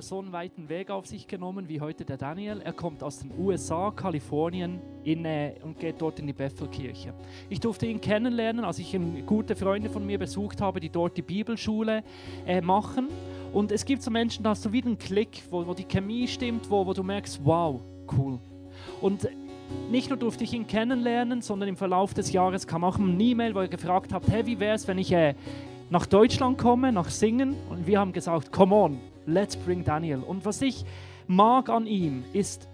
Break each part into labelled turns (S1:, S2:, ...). S1: so einen weiten Weg auf sich genommen wie heute der Daniel. Er kommt aus den USA, Kalifornien in, äh, und geht dort in die Bethelkirche. Ich durfte ihn kennenlernen, als ich ähm, gute Freunde von mir besucht habe, die dort die Bibelschule äh, machen. Und es gibt so Menschen, da hast du wieder einen Klick, wo, wo die Chemie stimmt, wo, wo du merkst, wow, cool. Und nicht nur durfte ich ihn kennenlernen, sondern im Verlauf des Jahres kam auch eine E-Mail, wo er gefragt hat, hey, wie wär's, wenn ich äh, nach Deutschland komme, nach Singen? Und wir haben gesagt, come on, let's bring Daniel. Und was ich mag an ihm, ist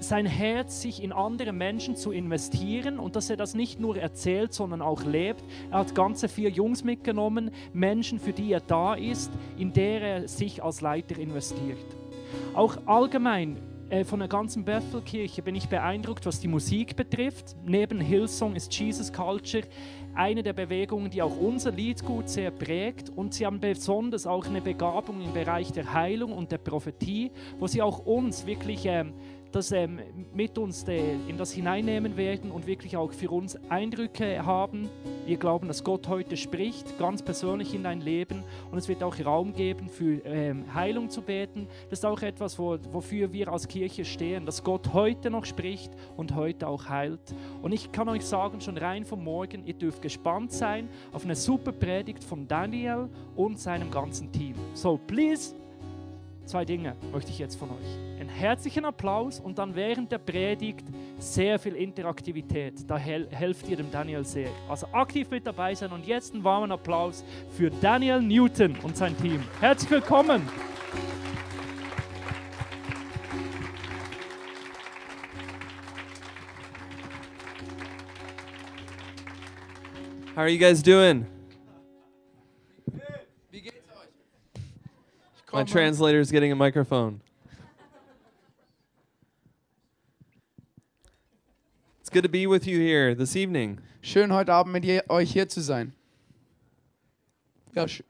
S1: sein Herz, sich in andere Menschen zu investieren und dass er das nicht nur erzählt, sondern auch lebt. Er hat ganze vier Jungs mitgenommen, Menschen, für die er da ist, in der er sich als Leiter investiert. Auch allgemein äh, von der ganzen Bethelkirche bin ich beeindruckt, was die Musik betrifft. Neben Hillsong ist Jesus Culture eine der Bewegungen, die auch unser Liedgut sehr prägt. Und sie haben besonders auch eine Begabung im Bereich der Heilung und der Prophetie, wo sie auch uns wirklich ähm, das, ähm, mit uns de, in das hineinnehmen werden und wirklich auch für uns Eindrücke haben. Wir glauben, dass Gott heute spricht, ganz persönlich in dein Leben. Und es wird auch Raum geben, für ähm, Heilung zu beten. Das ist auch etwas, wo, wofür wir als Kirche stehen, dass Gott heute noch spricht und heute auch heilt. Und ich kann euch sagen, schon rein vom Morgen, ihr dürft gespannt sein auf eine super Predigt von Daniel und seinem ganzen Team. So, please, zwei Dinge möchte ich jetzt von euch. Einen herzlichen Applaus und dann während der Predigt sehr viel Interaktivität. Da hel helft ihr dem Daniel sehr. Also aktiv mit dabei sein und jetzt einen warmen Applaus für Daniel Newton und sein Team. Herzlich willkommen!
S2: How are you guys doing? My translator is getting a microphone. It's good to be with you here this evening.
S3: Schön, heute Abend mit ihr, euch hier zu sein. Ja, sch-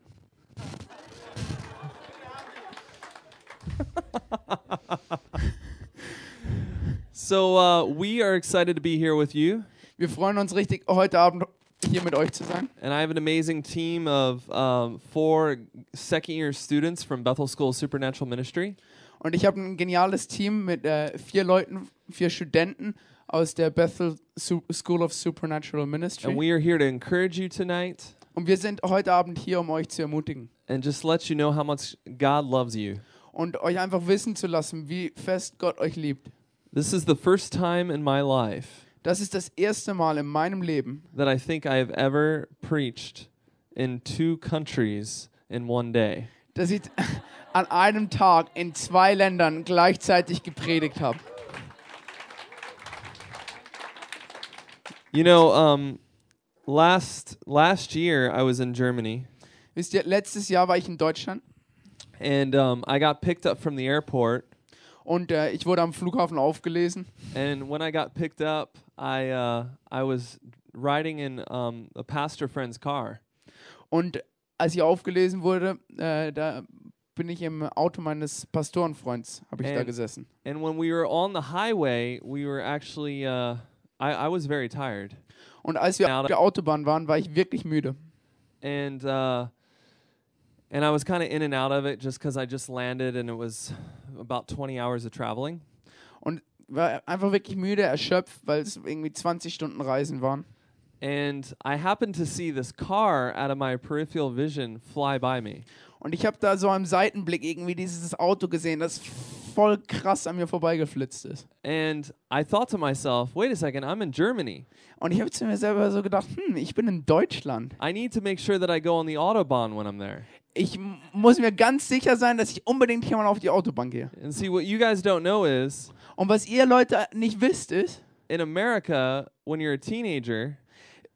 S2: So, uh, we are excited to be here with you,
S3: wir freuen uns richtig, heute Abend hier mit euch zu sein.
S2: and I have an amazing team of um, four second year students from Bethel School of Supernatural Ministry.
S3: Und ich habe ein geniales Team mit äh, vier Leuten, vier Studenten aus der Bethel Su School of Supernatural Ministry.
S2: And we are here to encourage you tonight
S3: Und wir sind heute Abend hier, um euch zu ermutigen
S2: and just let you know how much God loves you.
S3: und euch einfach wissen zu lassen, wie fest Gott euch liebt.
S2: This is the first time in my life
S3: Das ist das erste Mal in meinem Leben,
S2: that I think I have ever preached in two countries in one day.
S3: dass ich an einem Tag in zwei Ländern gleichzeitig gepredigt habe.
S2: You know, um, last last year I was in Germany
S3: Wisst ihr, letztes Jahr war ich in Deutschland
S2: and um, I got picked up from the airport.
S3: und äh, ich wurde am Flughafen aufgelesen.
S2: And when I got picked up, I uh, I was riding in um, a pastor friend's car,
S3: Und als ich aufgelesen wurde, äh, da bin ich im Auto meines Pastorenfreunds, habe ich
S2: Ähm.
S3: da gesessen.
S2: and when we were on the highway, we were actually uh, I I was very tired.
S3: Und als wir
S2: Ja,
S3: auf
S2: da-
S3: der Autobahn waren, war ich wirklich müde.
S2: and uh, and I was kind of in and out of it just because I just landed and it was about 20 hours of traveling.
S3: Und war einfach wirklich müde, erschöpft, weil es irgendwie 20 Stunden Reisen waren.
S2: And I happened to see this car out of my peripheral vision fly by me,
S3: Und ich habe da so am Seitenblick irgendwie dieses Auto gesehen, das voll krass an mir vorbeigeflitzt ist.
S2: and I thought to myself, "Wait a second, I'm in Germany.
S3: Und ich habe zu mir selber so gedacht, hm, ich bin in Deutschland.
S2: I need to make sure that I go on the autobahn when I'm there."
S3: Ich m- muss mir ganz sicher sein, dass ich unbedingt hier mal auf die Autobahn gehe.
S2: And see, what you guys don't know is
S3: Und was ihr Leute nicht wisst ist,
S2: in America, when you're a teenager,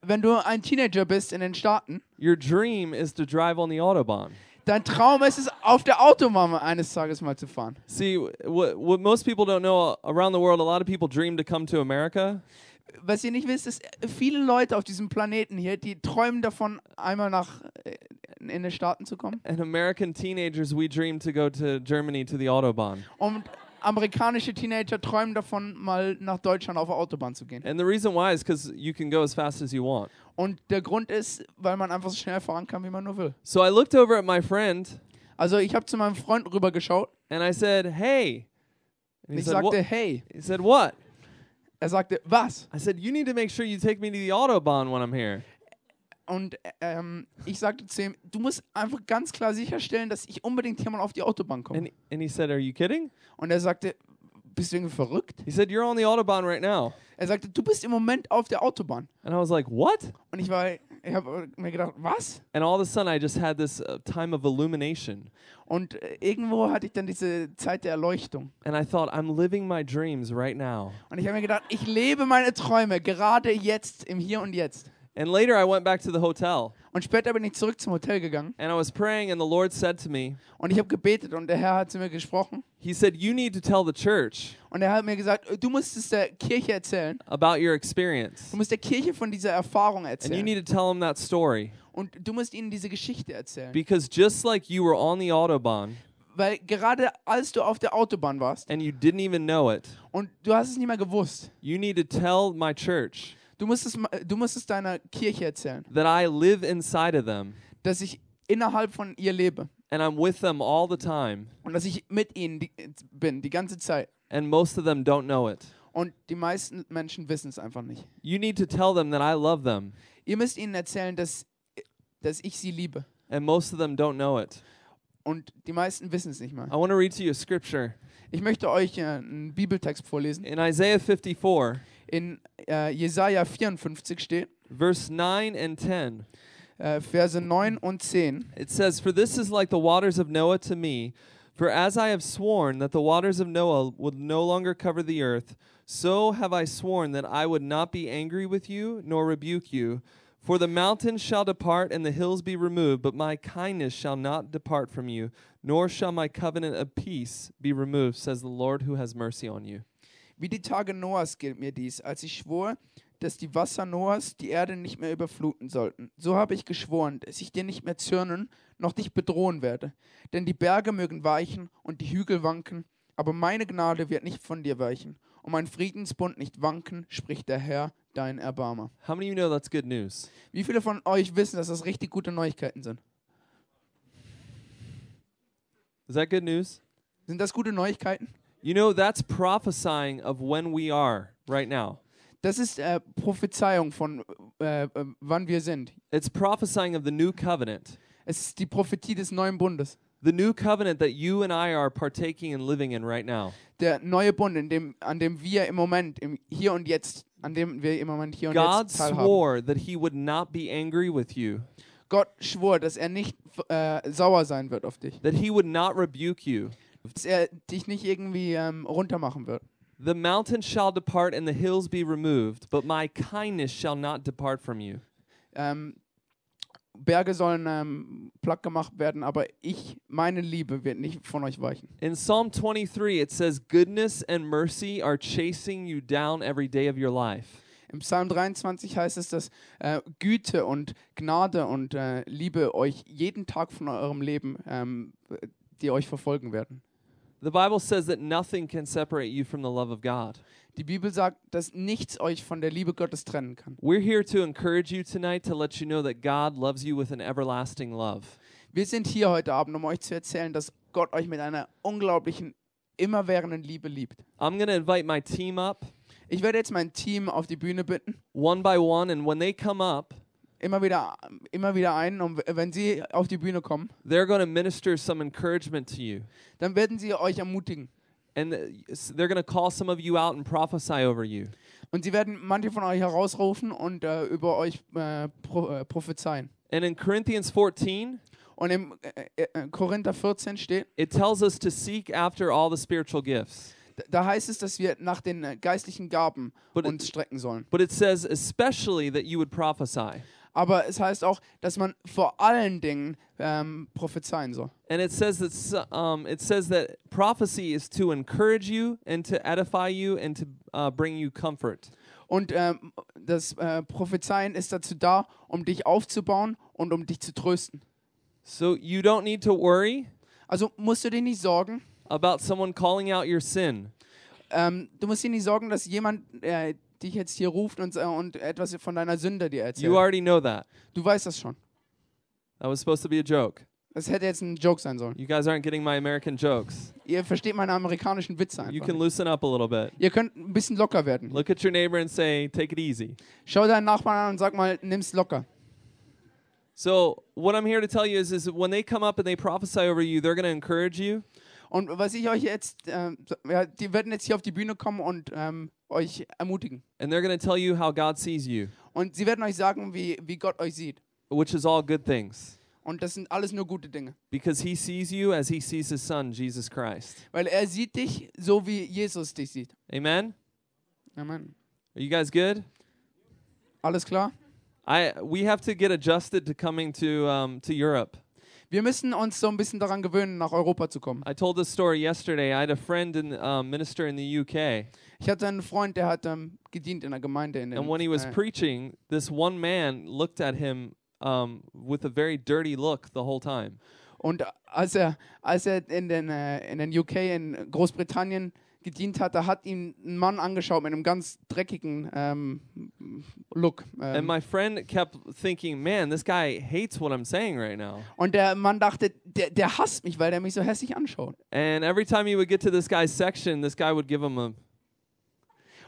S3: wenn du ein Teenager bist in den Staaten,
S2: your dream is to drive on the autobahn.
S3: dein Traum ist es, auf der Autobahn eines Tages mal zu fahren.
S2: See, what what most people don't know around the world, a lot of people dream to come to America.
S3: Was ihr nicht wisst, ist, äh, viele Leute auf diesem Planeten hier, die träumen davon, einmal nach äh, in in den Staaten zu kommen.
S2: And American teenagers, we dream to go to Germany to the Autobahn.
S3: Und amerikanische Teenager träumen davon, mal nach Deutschland auf der Autobahn zu gehen.
S2: And the reason why is because you can go as fast as you want.
S3: Und der Grund ist, weil man einfach so schnell fahren kann, wie man nur will.
S2: So I looked over at my friend
S3: Also ich habe zu meinem Freund rübergeschaut
S2: and I said, "Hey." And
S3: Ich
S2: he said, "What?"
S3: sagte, hey.
S2: He said, "What?"
S3: Er sagte, was?
S2: I said, "You need to make sure you take me to the autobahn when I'm here."
S3: Und ähm, ich sagte zu ihm, du musst einfach ganz klar sicherstellen, dass ich unbedingt hier mal auf die Autobahn komme.
S2: And and he said, "Are you kidding?"
S3: Und er sagte, bist du irgendwie verrückt?
S2: He said, "You're on the autobahn right now."
S3: Er sagte, du bist im Moment auf der Autobahn.
S2: And I was like, "What?"
S3: Und ich war, ich habe mir gedacht, was?
S2: And all of a sudden, I just had this uh, time of illumination,
S3: Und äh, irgendwo hatte ich dann diese Zeit der Erleuchtung.
S2: and I thought, "I'm living my dreams right now."
S3: Und ich habe mir gedacht, ich lebe meine Träume gerade jetzt, im Hier und Jetzt.
S2: And later, I went back to the hotel,
S3: Und später bin ich zurück zum Hotel gegangen
S2: and I was praying, and the Lord said to me,
S3: und ich habe gebetet und der Herr hat zu mir gesprochen.
S2: He said, "You need to tell the church
S3: Und er hat mir gesagt, du musst es der Kirche erzählen.
S2: about your experience,
S3: Du musst der Kirche von dieser Erfahrung
S2: and you
S3: erzählen.
S2: need to tell them that story
S3: Und du musst ihnen diese Geschichte erzählen.
S2: because just like you were on the autobahn
S3: Weil gerade als du auf der Autobahn warst
S2: and you didn't even know it,
S3: und du hast es nicht mehr gewusst,
S2: you need to tell my church
S3: du musst es, ma- du musst es deiner Kirche erzählen,
S2: that I live inside of them
S3: dass ich innerhalb von ihr lebe
S2: and I'm with them all the time,
S3: und dass ich mit ihnen die, bin, die ganze Zeit.
S2: and most of them don't know it."
S3: Und die meisten Menschen wissen es einfach nicht.
S2: You need to tell them that I love them,
S3: Ihr müsst ihnen erzählen, dass, dass ich sie liebe.
S2: and most of them don't know it.
S3: Und die meisten wissen es nicht mal.
S2: I want to read to you a scripture
S3: Ich möchte euch äh, einen Bibeltext vorlesen.
S2: in Isaiah 54,
S3: In äh, Jesaja 54 steht,
S2: verse 9 and 10.
S3: äh, Verse 9 und 10.
S2: It says, For this is like the waters of Noah to me. For as I have sworn that the waters of Noah would no longer cover the earth, so have I sworn that I would not be angry with you nor rebuke you. For the mountains shall depart and the hills be removed, but my kindness shall not depart from you, nor shall my covenant of peace be removed, says the Lord who has mercy on you.
S3: Wie die Tage Noahs gilt mir dies, als ich schwor, dass die Wasser Noahs die Erde nicht mehr überfluten sollten. So habe ich geschworen, dass ich dir nicht mehr zürnen, noch dich bedrohen werde. Denn die Berge mögen weichen und die Hügel wanken, aber meine Gnade wird nicht von dir weichen. Und mein Friedensbund nicht wanken, spricht der Herr, dein Erbarmer.
S2: How many of you know that's good news?
S3: Wie viele von euch wissen, dass das richtig gute Neuigkeiten sind?
S2: Is that good news?
S3: Sind das gute Neuigkeiten?
S2: You know, that's prophesying of when we are right now.
S3: Das ist äh, Prophezeiung von äh, äh, wann wir sind.
S2: It's prophesying of the new covenant.
S3: Es ist die Prophetie des neuen Bundes.
S2: The new covenant that you and I are partaking and living in right now.
S3: Der neue Bund, in dem, an dem wir im Moment, im Hier und Jetzt, an dem wir im Moment hier und
S2: God
S3: jetzt teilhaben.
S2: swore that he would not be angry with you,
S3: Gott schwor, dass er nicht äh, sauer sein wird auf dich.
S2: that he would not rebuke you.
S3: Dass er dich nicht irgendwie ähm, runtermachen wird.
S2: The mountains shall depart and the hills be removed, but my kindness shall not depart from you.
S3: Ähm, Berge sollen ähm, platt gemacht werden, aber ich, meine Liebe, wird nicht von euch weichen.
S2: In Psalm 23, it says, Goodness and mercy are chasing you down every day of your life.
S3: Im Psalm 23 heißt es, dass äh, Güte und Gnade und äh, Liebe euch jeden Tag von eurem Leben, ähm, die euch verfolgen werden.
S2: The Bible says that nothing can separate you from the love of God.
S3: Die Bibel sagt, dass nichts euch von der Liebe Gottes trennen kann.
S2: We're here to encourage you tonight to let you know that God loves you with an everlasting love.
S3: Wir sind hier heute Abend, um euch zu erzählen, dass Gott euch mit einer unglaublichen, immerwährenden Liebe liebt.
S2: I'm going to invite my team up
S3: Ich werde jetzt mein Team auf die Bühne bitten,
S2: one by one, and when they come up,
S3: immer wieder, immer wieder ein, und wenn sie auf die Bühne kommen,
S2: they're going to minister some encouragement to you.
S3: dann werden sie euch ermutigen.
S2: And uh, s- they're going to call some of you out and prophesy over you.
S3: Und sie werden manche von euch herausrufen und äh, über euch äh, pro, äh, prophezeien.
S2: And in Corinthians 14,
S3: Und im äh, äh, Korinther 14 steht,
S2: it tells us to seek after all the spiritual gifts.
S3: d- da heißt es, dass wir nach den äh, geistlichen Gaben
S2: But it-
S3: uns strecken sollen.
S2: But it says, especially that you would prophesy.
S3: Aber es heißt auch, dass man vor allen Dingen ähm, prophezeien soll.
S2: And it says that s- um, it says that prophecy is to encourage you and to edify you and to uh, bring you comfort.
S3: Und ähm, das äh, Prophezeien ist dazu da, um dich aufzubauen und um dich zu trösten.
S2: So you don't need to worry
S3: Also musst du dir nicht sorgen,
S2: about someone calling out your sin.
S3: ähm, du musst dir nicht sorgen, dass jemand äh, dich jetzt hier ruft und, äh, und etwas von deiner Sünde dir
S2: You
S3: erzählt.
S2: already know that.
S3: Du weißt das schon.
S2: That was supposed to be a joke.
S3: Das hätte jetzt ein Joke sein sollen.
S2: You guys aren't getting my American jokes.
S3: Ihr versteht meine amerikanischen Witze
S2: You
S3: einfach.
S2: can
S3: nicht.
S2: loosen up a little bit.
S3: Ihr könnt ein bisschen locker werden.
S2: Look at your neighbor and say, take it easy.
S3: Schau deinen Nachbarn an und sag mal, nimm's locker.
S2: So, what I'm here to tell you is, is that when they come up and they prophesy over you, they're going to encourage you.
S3: Und was ich euch jetzt, ähm, so- ja, die werden jetzt hier auf die Bühne kommen und ähm, euch ermutigen.
S2: and they're going to tell you how God sees you,
S3: Und sie werden euch sagen, wie, wie Gott euch sieht.
S2: which is all good things
S3: Und das sind alles nur gute Dinge.
S2: because he sees you as he sees his son, Jesus Christ.
S3: Weil er sieht dich so, wie Jesus dich sieht.
S2: Amen.
S3: Amen.
S2: Are you guys good?
S3: Alles klar?
S2: I we have to get adjusted to coming to um, to Europe.
S3: Wir müssen uns so ein bisschen daran gewöhnen, nach Europa zu kommen.
S2: I told this story yesterday. I had a friend and um, minister in the UK,
S3: Ich hatte einen Freund, der hat ähm, gedient in der Gemeinde. In
S2: and when he was
S3: äh,
S2: preaching, this one man looked at him um, with a very dirty look the whole time.
S3: Und als er, als er in, den, äh, in den UK, in Großbritannien gedient hatte, hat ihn ein Mann angeschaut mit einem ganz dreckigen ähm, Look.
S2: And
S3: Ähm,
S2: my friend kept thinking, "Man, this guy hates what I'm saying right now."
S3: und der Mann dachte, der, der hasst mich, weil der mich so hässlich anschaut.
S2: And every time he would get to this guy's section, this guy would give him a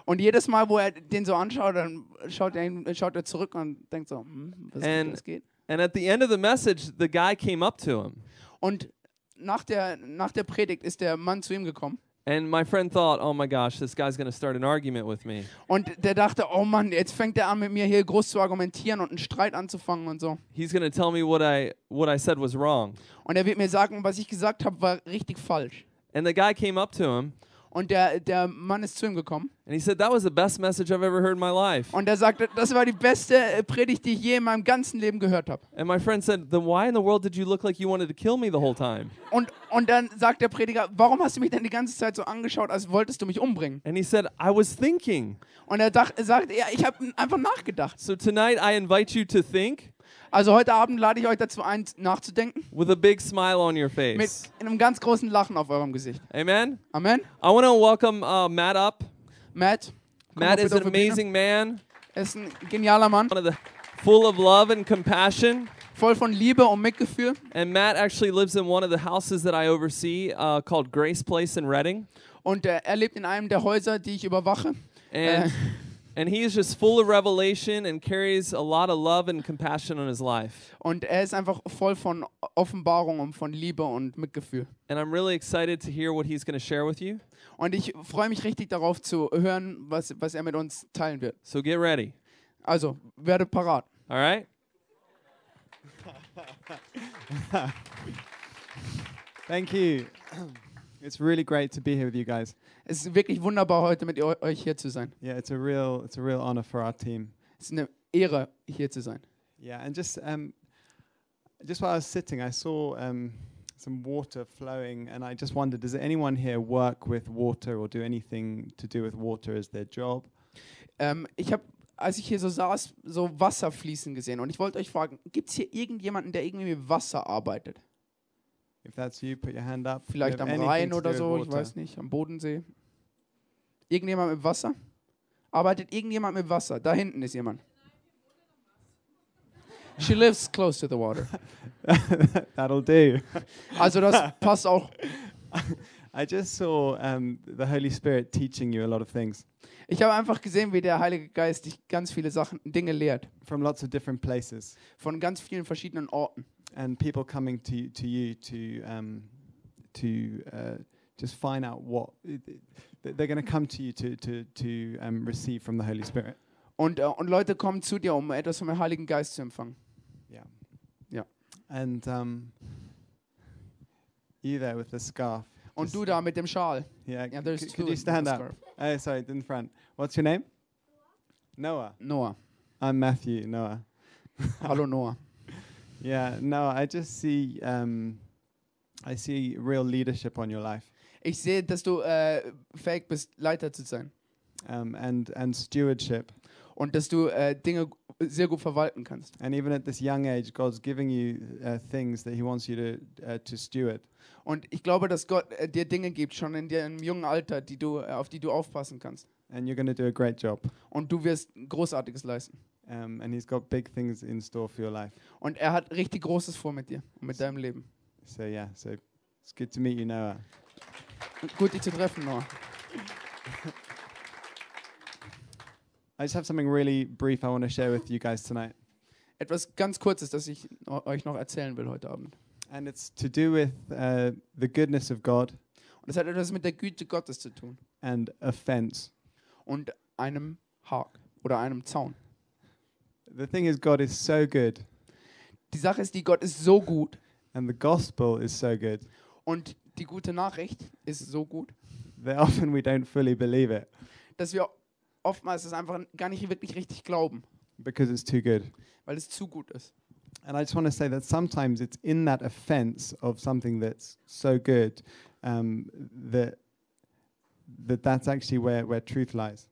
S3: Und jedes Mal, wo er den so anschaut, dann schaut er, ihn, schaut er zurück und denkt so, hm, was
S2: And-
S3: das geht.
S2: And at the end of the message, the guy came up to him.
S3: Und nach der, nach der Predigt ist der Mann zu ihm gekommen.
S2: And my friend thought, oh my gosh, this guy's going to start an argument with me.
S3: Und der dachte, oh Mann, jetzt fängt er an, mit mir hier groß zu argumentieren und einen Streit anzufangen und so.
S2: He's going to tell me what I what I said was wrong.
S3: Und er wird mir sagen, was ich gesagt habe, war richtig falsch.
S2: And the guy came up to him
S3: Und der, der Mann ist zu ihm gekommen
S2: and he said, "That was the best message I've ever heard in my life."
S3: und er sagte, das war die beste äh, Predigt, die ich je in meinem ganzen Leben gehört habe.
S2: And my friend said, "Then why in the world did you look like you wanted to kill me the whole time?"
S3: Und, und dann sagt der Prediger, warum hast du mich denn die ganze Zeit so angeschaut, als wolltest du mich umbringen?
S2: And he said, "I was thinking."
S3: Und er dacht, sagt, ja, ich habe einfach nachgedacht.
S2: So tonight I invite you to think
S3: Also heute Abend lade ich euch dazu ein, nachzudenken,
S2: with a big smile on your
S3: mit
S2: face.
S3: einem ganz großen Lachen auf eurem Gesicht.
S2: Amen.
S3: Amen.
S2: I want to welcome uh, Matt up.
S3: Matt, komm mal
S2: Matt is
S3: bitte
S2: an
S3: auf die Bühne.
S2: amazing man,
S3: Er ist ein genialer Mann,
S2: one of the full of love and compassion.
S3: voll von Liebe und Mitgefühl.
S2: And Matt actually lives in one of the houses that I oversee uh, called Grace Place in Reading.
S3: Und äh, er lebt in einem der Häuser, die ich überwache.
S2: And,
S3: Eh.
S2: and he is just full of revelation and carries a lot of love and compassion on his life.
S3: Und er ist einfach voll von Offenbarung und von Liebe und Mitgefühl.
S2: And I'm really excited to hear what he's going to share with you.
S3: Und ich freue mich richtig darauf zu hören, was, was er mit uns teilen wird.
S2: So get ready.
S3: Also, werde parat.
S2: All right?
S4: Thank you. It's really great to be here with you guys.
S3: Es ist wirklich wunderbar, heute mit eu- euch hier zu sein.
S4: Yeah, it's a real it's a real honor for our team.
S3: Es ist eine Ehre, hier zu sein.
S4: Yeah, and just um, just while I was sitting, I saw um, some water flowing, and I just wondered, does anyone here work with water or do anything to do with water as their job?
S3: Ähm, ich habe, als ich hier so saß, so Wasser fließen gesehen. Und ich wollte euch fragen, gibt es hier irgendjemanden, der irgendwie mit Wasser arbeitet?
S4: If that's you, put your hand up. if you
S3: Vielleicht
S4: have
S3: am
S4: anything
S3: Rhein
S4: to do
S3: oder
S4: with
S3: so, ich
S4: water.
S3: weiß nicht, am Bodensee. Irgendjemand mit Wasser? Arbeitet irgendjemand mit Wasser? Da hinten ist jemand. She lives close to the water.
S4: That'll do.
S3: Also das passt auch.
S4: I just saw um, the Holy Spirit teaching you a lot of things
S3: Ich habe einfach gesehen, wie der Heilige Geist dich ganz viele Sachen, Dinge lehrt.
S4: from lots of different places.
S3: Von ganz vielen verschiedenen Orten.
S4: and people coming to to you to um, to uh, just find out what th- they're going to come to you to to to um, receive from the Holy Spirit.
S3: Und, äh, und Leute kommen zu dir, um etwas vom Heiligen Geist zu empfangen.
S4: Yeah,
S3: Yeah.
S4: And um, you there with the scarf.
S3: Und
S4: Just-
S3: du da mit dem Schal.
S4: Yeah.
S3: Yeah,
S4: c-
S3: there's
S4: c-
S3: two
S4: could you
S3: in
S4: stand
S3: the
S4: up?
S3: scarf.
S4: Oh, sorry, in front. What's your name? Noah.
S3: Noah.
S4: I'm Matthew. Noah.
S3: Hallo Noah.
S4: Yeah. Noah. I just see. Um, I see real leadership on your life.
S3: Ich sehe, dass du äh, fähig bist, Leiter zu sein.
S4: Um, and and stewardship
S3: und dass du äh, Dinge gu- sehr gut verwalten kannst.
S4: And even at this young age, God's giving you uh, things that He wants you to uh, to steward.
S3: Und ich glaube, dass Gott äh, dir Dinge gibt, schon in deinem jungen Alter, die du, äh, auf die du aufpassen kannst.
S4: And you're going to do a great job.
S3: Und du wirst ein Großartiges leisten.
S4: Um, and He's got big things in store for your life.
S3: Und er hat richtig Großes vor mit dir und mit deinem Leben.
S4: So yeah, so it's good to meet you, Noah.
S3: Gut, dich zu treffen, Noah.
S4: I just have something really brief I want to share with you guys tonight,
S3: Etwas ganz Kurzes, das ich no- euch noch erzählen will heute Abend.
S4: and it's to do with uh, the goodness of God
S3: Und das hat etwas mit der Güte Gottes zu tun
S4: and offense.
S3: und einem Haken oder einem Zaun.
S4: The thing is, God is so good,
S3: Die Sache ist, die Gott ist so gut
S4: and the gospel is so good
S3: und die gute Nachricht ist so gut,
S4: that often we don't fully believe it
S3: dass wir oftmals das einfach gar nicht wirklich richtig glauben,
S4: because it's too good.
S3: weil es zu gut ist.
S4: And I just want to say that sometimes it's in that offense of something that's so good um, that that that's actually where, where truth lies.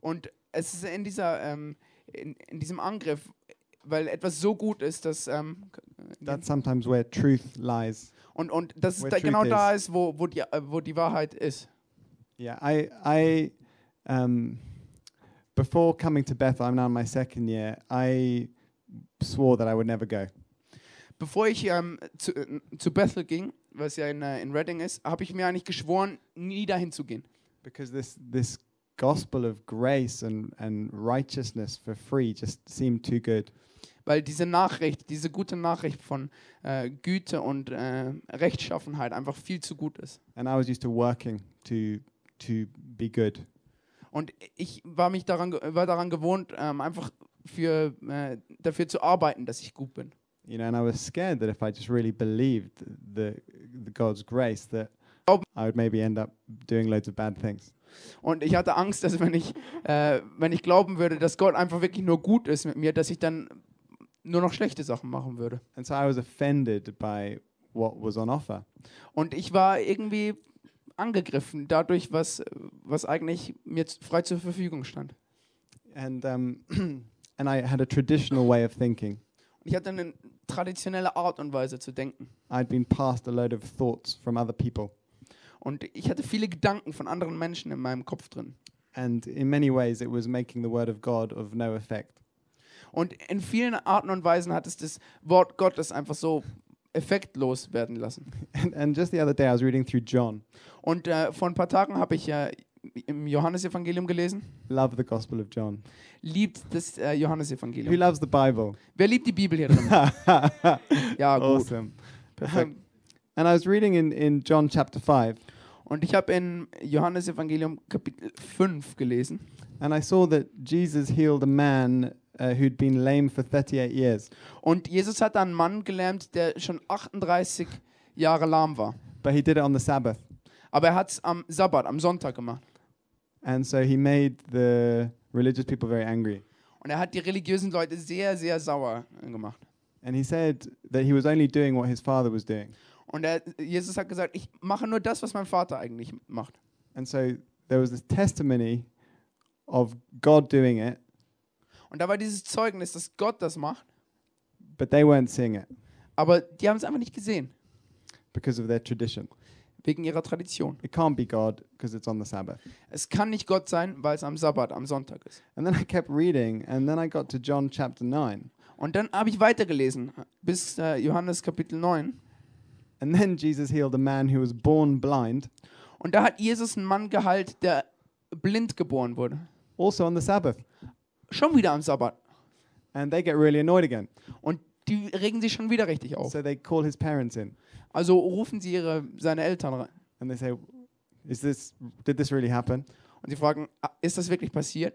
S3: Und es ist in, dieser, ähm, in, in diesem Angriff, weil etwas so gut ist, dass. Ähm,
S4: That's sometimes where truth lies.
S3: und, und das ist
S4: where
S3: da,
S4: truth
S3: genau da
S4: is.
S3: ist, wo, wo, die, äh, wo die Wahrheit ist.
S4: Yeah, I I um, before coming to Bethel, I'm now in my second year. I swore that I would never go.
S3: Bevor ich ähm, zu, äh, zu Bethel ging, was ja in, äh, in Reading ist, habe ich mir eigentlich geschworen, nie dahin zu gehen.
S4: because this this gospel of grace and and righteousness for free just seemed too good
S3: Weil diese Nachricht, diese gute Nachricht von äh, Güte und äh, Rechtschaffenheit einfach viel zu gut ist.
S4: and i was used to working to to be good
S3: Und ich war mich daran, ge- war daran gewohnt, ähm, einfach für, äh, dafür zu arbeiten, dass ich gut bin.
S4: you know and i was scared that if i just really believed the, the god's grace that
S3: Oh.
S4: i would maybe end up doing loads of bad things
S3: Und ich hatte Angst, dass wenn ich, äh, wenn ich glauben würde, dass Gott einfach wirklich nur gut ist mit mir, dass ich dann nur noch schlechte Sachen machen würde.
S4: and so i was offended by what was on offer
S3: Und ich war irgendwie angegriffen dadurch, was, was eigentlich mir z- frei zur Verfügung stand.
S4: and um, and i had a traditional way of thinking
S3: Und ich hatte eine traditionelle Art und Weise zu denken.
S4: i'd been passed a load of thoughts from other people
S3: Und ich hatte viele Gedanken von anderen Menschen in meinem Kopf drin.
S4: and in many ways it was making the word of god of no effect
S3: Und in vielen Arten und Weisen hat es das Wort Gottes einfach so effektlos werden lassen.
S4: And, and just the other day, I was reading through John.
S3: Und äh, vor ein paar Tagen habe ich ja im Johannesevangelium gelesen.
S4: Love the Gospel of John.
S3: Liebt das äh, Johannesevangelium.
S4: Who loves the Bible?
S3: Wer liebt die Bibel hier drin? ja, gut. Ähm,
S4: awesome. Perfect. And I was reading in, in John chapter 5,
S3: Und ich habe in Johannesevangelium Kapitel 5 gelesen.
S4: and I saw that Jesus healed a man uh, who'd been lame for 38 years,
S3: Und Jesus hat einen Mann gelähmt, der schon 38 Jahre lahm war.
S4: but he did it on the Sabbath.
S3: Aber er hat es am Sabbat, am Sonntag gemacht.
S4: And so he made the religious people very angry.
S3: Und er hat die religiösen Leute sehr, sehr sauer äh, gemacht.
S4: And he said that he was only doing what his father was doing.
S3: Und er, Jesus hat gesagt, ich mache nur das, was mein Vater eigentlich macht.
S4: And so there was this testimony of God doing it,
S3: Und da war dieses Zeugnis, dass Gott das macht,
S4: but they weren't seeing it
S3: aber die haben es einfach nicht gesehen,
S4: because of their tradition.
S3: wegen ihrer Tradition.
S4: It can't be God because it's on the Sabbath.
S3: Es kann nicht Gott sein, weil es am Sabbat, am Sonntag ist.
S4: And then I kept reading, and then I got to John chapter 9.
S3: Und dann habe ich weitergelesen, bis äh, Johannes Kapitel 9.
S4: And then Jesus healed a man who was born blind,
S3: Und da hat Jesus einen Mann geheilt, der blind geboren wurde.
S4: also on the Sabbath.
S3: Schon wieder am Sabbat.
S4: And they get really annoyed again.
S3: Und die regen sich schon wieder richtig auf.
S4: So they call his parents in
S3: Also rufen sie ihre, seine Eltern rein.
S4: and they say, Is this, did this really happen?
S3: Und sie fragen, "Ah, ist das wirklich passiert?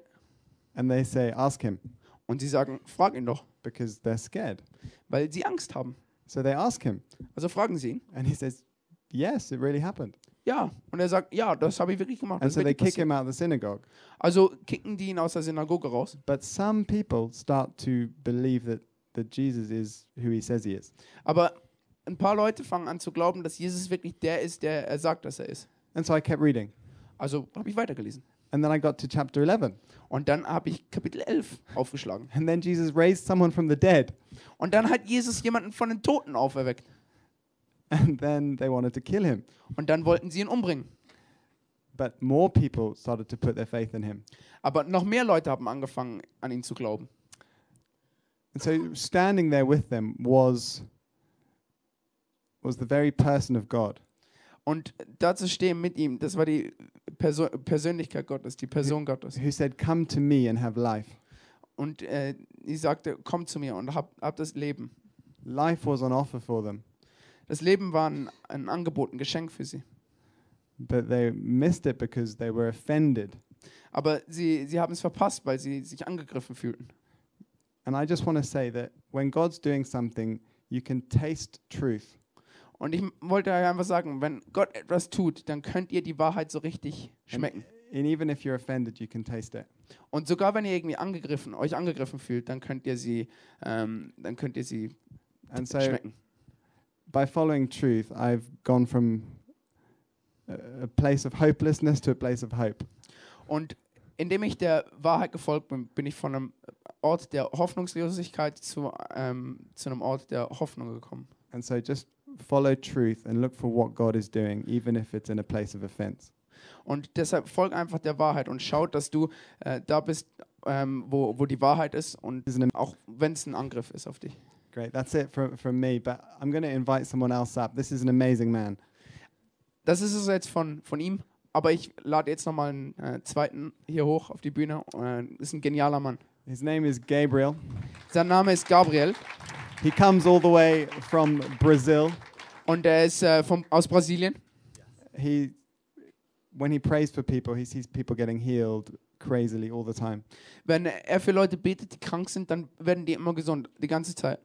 S4: And they say, Ask him
S3: Und sie sagen, frag ihn doch,
S4: because they're scared.
S3: weil sie Angst haben.
S4: So they ask him,
S3: Also fragen sie ihn.
S4: and he says, Yes, it really happened.
S3: Ja. Und er sagt, ja, das habe ich wirklich gemacht.
S4: And
S3: Das
S4: so
S3: ist
S4: Also they
S3: wirklich passiert.
S4: kick him out of the synagogue.
S3: Also kicken die ihn aus der Synagoge raus.
S4: But some people start to believe that, that Jesus is who he says he is.
S3: Aber ein paar Leute fangen an zu glauben, dass Jesus wirklich der ist, der er sagt, dass er ist.
S4: And so I kept reading.
S3: Also habe ich weitergelesen.
S4: And then I got to chapter 11.
S3: Und dann habe ich Kapitel 11 aufgeschlagen.
S4: And then Jesus raised someone from the dead,
S3: Und dann hat Jesus jemanden von den Toten auferweckt.
S4: and then they wanted to kill him.
S3: Und dann wollten sie ihn umbringen.
S4: But more people started to put their faith in him.
S3: Aber noch mehr Leute haben angefangen, an ihn zu glauben.
S4: And so standing there with them was was the very person of God.
S3: Und dazu stehen mit ihm, das war die Perso Persönlichkeit Gottes, die Person Gottes.
S4: who said, Come to me and have life.
S3: Und äh, sie sagte, komm zu mir und hab, hab das Leben.
S4: Life was on offer for them,
S3: Das Leben war ein, ein Angebot, ein Geschenk für sie.
S4: but they missed it because they were offended.
S3: Aber sie, sie haben es verpasst, weil sie sich angegriffen fühlten.
S4: And I just want to say that when God's doing something, you can taste truth.
S3: Und ich m- wollte euch einfach sagen, wenn Gott etwas tut, dann könnt ihr die Wahrheit so richtig schmecken.
S4: And even if you're offended, you can taste it.
S3: Und sogar wenn ihr irgendwie angegriffen, euch angegriffen fühlt, dann könnt ihr sie, ähm, dann könnt ihr sie
S4: And so
S3: schmecken.
S4: by following truth, I've gone from a, a place of hopelessness to a place of hope.
S3: Und indem ich der Wahrheit gefolgt bin, bin ich von einem Ort der Hoffnungslosigkeit zu, ähm, zu einem Ort der Hoffnung gekommen.
S4: And so just follow truth and look for what God is doing, even if it's in a place of offense.
S3: Und deshalb folgt einfach der Wahrheit und schaut, dass du äh, da bist, ähm, wo, wo die Wahrheit ist und
S4: Isn't it
S3: auch wenn es ein Angriff ist auf dich.
S4: great? That's it from, from me, but I'm going to invite someone else up. This is an amazing man.
S3: Das ist es jetzt von, von ihm, aber ich lade jetzt nochmal einen äh, zweiten hier hoch auf die Bühne. Äh, ist ein genialer Mann.
S4: His name is Gabriel.
S3: Sein Name ist Gabriel
S4: He comes all the way from Brazil.
S3: und er ist äh, vom, aus Brasilien.
S4: He, when he prays for people, he sees people getting healed crazily all the time.
S3: Wenn er für Leute betet, die krank sind, dann werden die immer gesund, die ganze Zeit.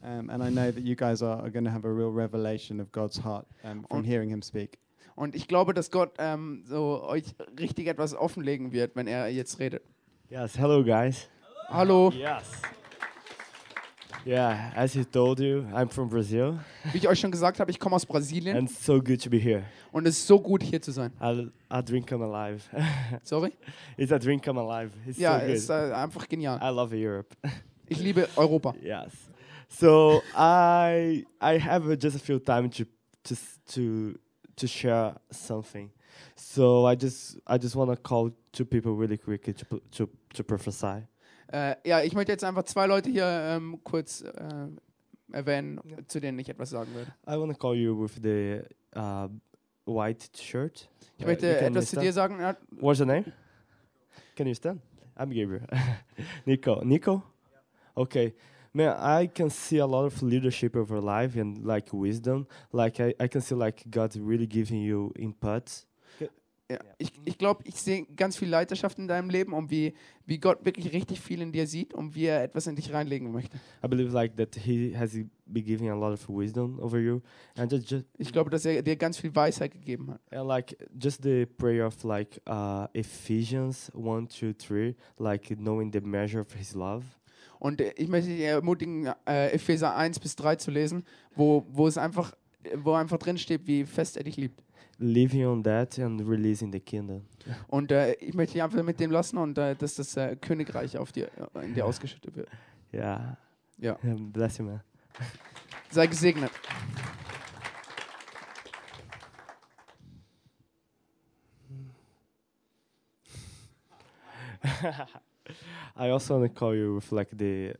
S4: Um, and I know that you guys are, are going to have a real revelation of God's heart um, from
S3: Und-
S4: hearing him speak.
S3: Und ich glaube, dass Gott ähm, so euch richtig etwas offenlegen wird, wenn er jetzt redet.
S5: Yes, hello guys.
S3: Hallo,
S5: Yes. Yeah, as he told you, I'm from Brazil
S3: wie ich euch schon gesagt habe, ich komme aus Brasilien
S5: and it's so good to be here.
S3: und es ist so gut hier zu sein.
S5: I, I dream come alive.
S3: Sorry?
S5: it's a dream come alive. It's uh,
S3: Ja,
S5: so Ah. good.
S3: ist äh, einfach genial.
S5: I love Europe.
S3: Ich liebe Europa.
S5: yes. So I I have uh, just a few time to to s- to to share something. So I just I just want to call two people really quickly to p- to to prophesy.
S3: Äh, ja, ich möchte jetzt einfach zwei Leute hier ähm, kurz äh, erwähnen, zu denen ich etwas sagen würde.
S5: I want to call you with the uh, white shirt.
S3: Ich
S5: Uh,
S3: möchte
S5: you can
S3: etwas zu
S5: stand.
S3: dir sagen. Ja,
S5: What's your name? Can you stand? I'm Gabriel. Nico. Nico? Okay. Man, I can see a lot of leadership of your life and like wisdom. Like I, I can see like God really giving you input.
S3: ja. Ich, ich glaube, ich sehe ganz viel Leiterschaft in deinem Leben und wie, wie Gott wirklich richtig viel in dir sieht und wie er etwas in dich reinlegen möchte.
S5: I believe like that he has been giving a lot of wisdom over you. And just, just
S3: Ich glaube, dass er dir ganz viel Weisheit gegeben hat.
S5: and like just the prayer of like uh Ephesians one, two, three, like knowing the measure of his love.
S3: Und äh, ich möchte dich ermutigen, äh, Epheser 1 bis 3 zu lesen, wo, wo es einfach, wo einfach drin steht, wie fest er dich liebt.
S5: Living on that and releasing the kingdom.
S3: Und äh, ich möchte dich einfach mit dem lassen und äh, dass das äh, Königreich auf dir, äh, in dir ausgeschüttet wird.
S5: Yeah.
S3: Ja.
S5: Bless you, man.
S3: Sei gesegnet.
S5: I also want to call you with like the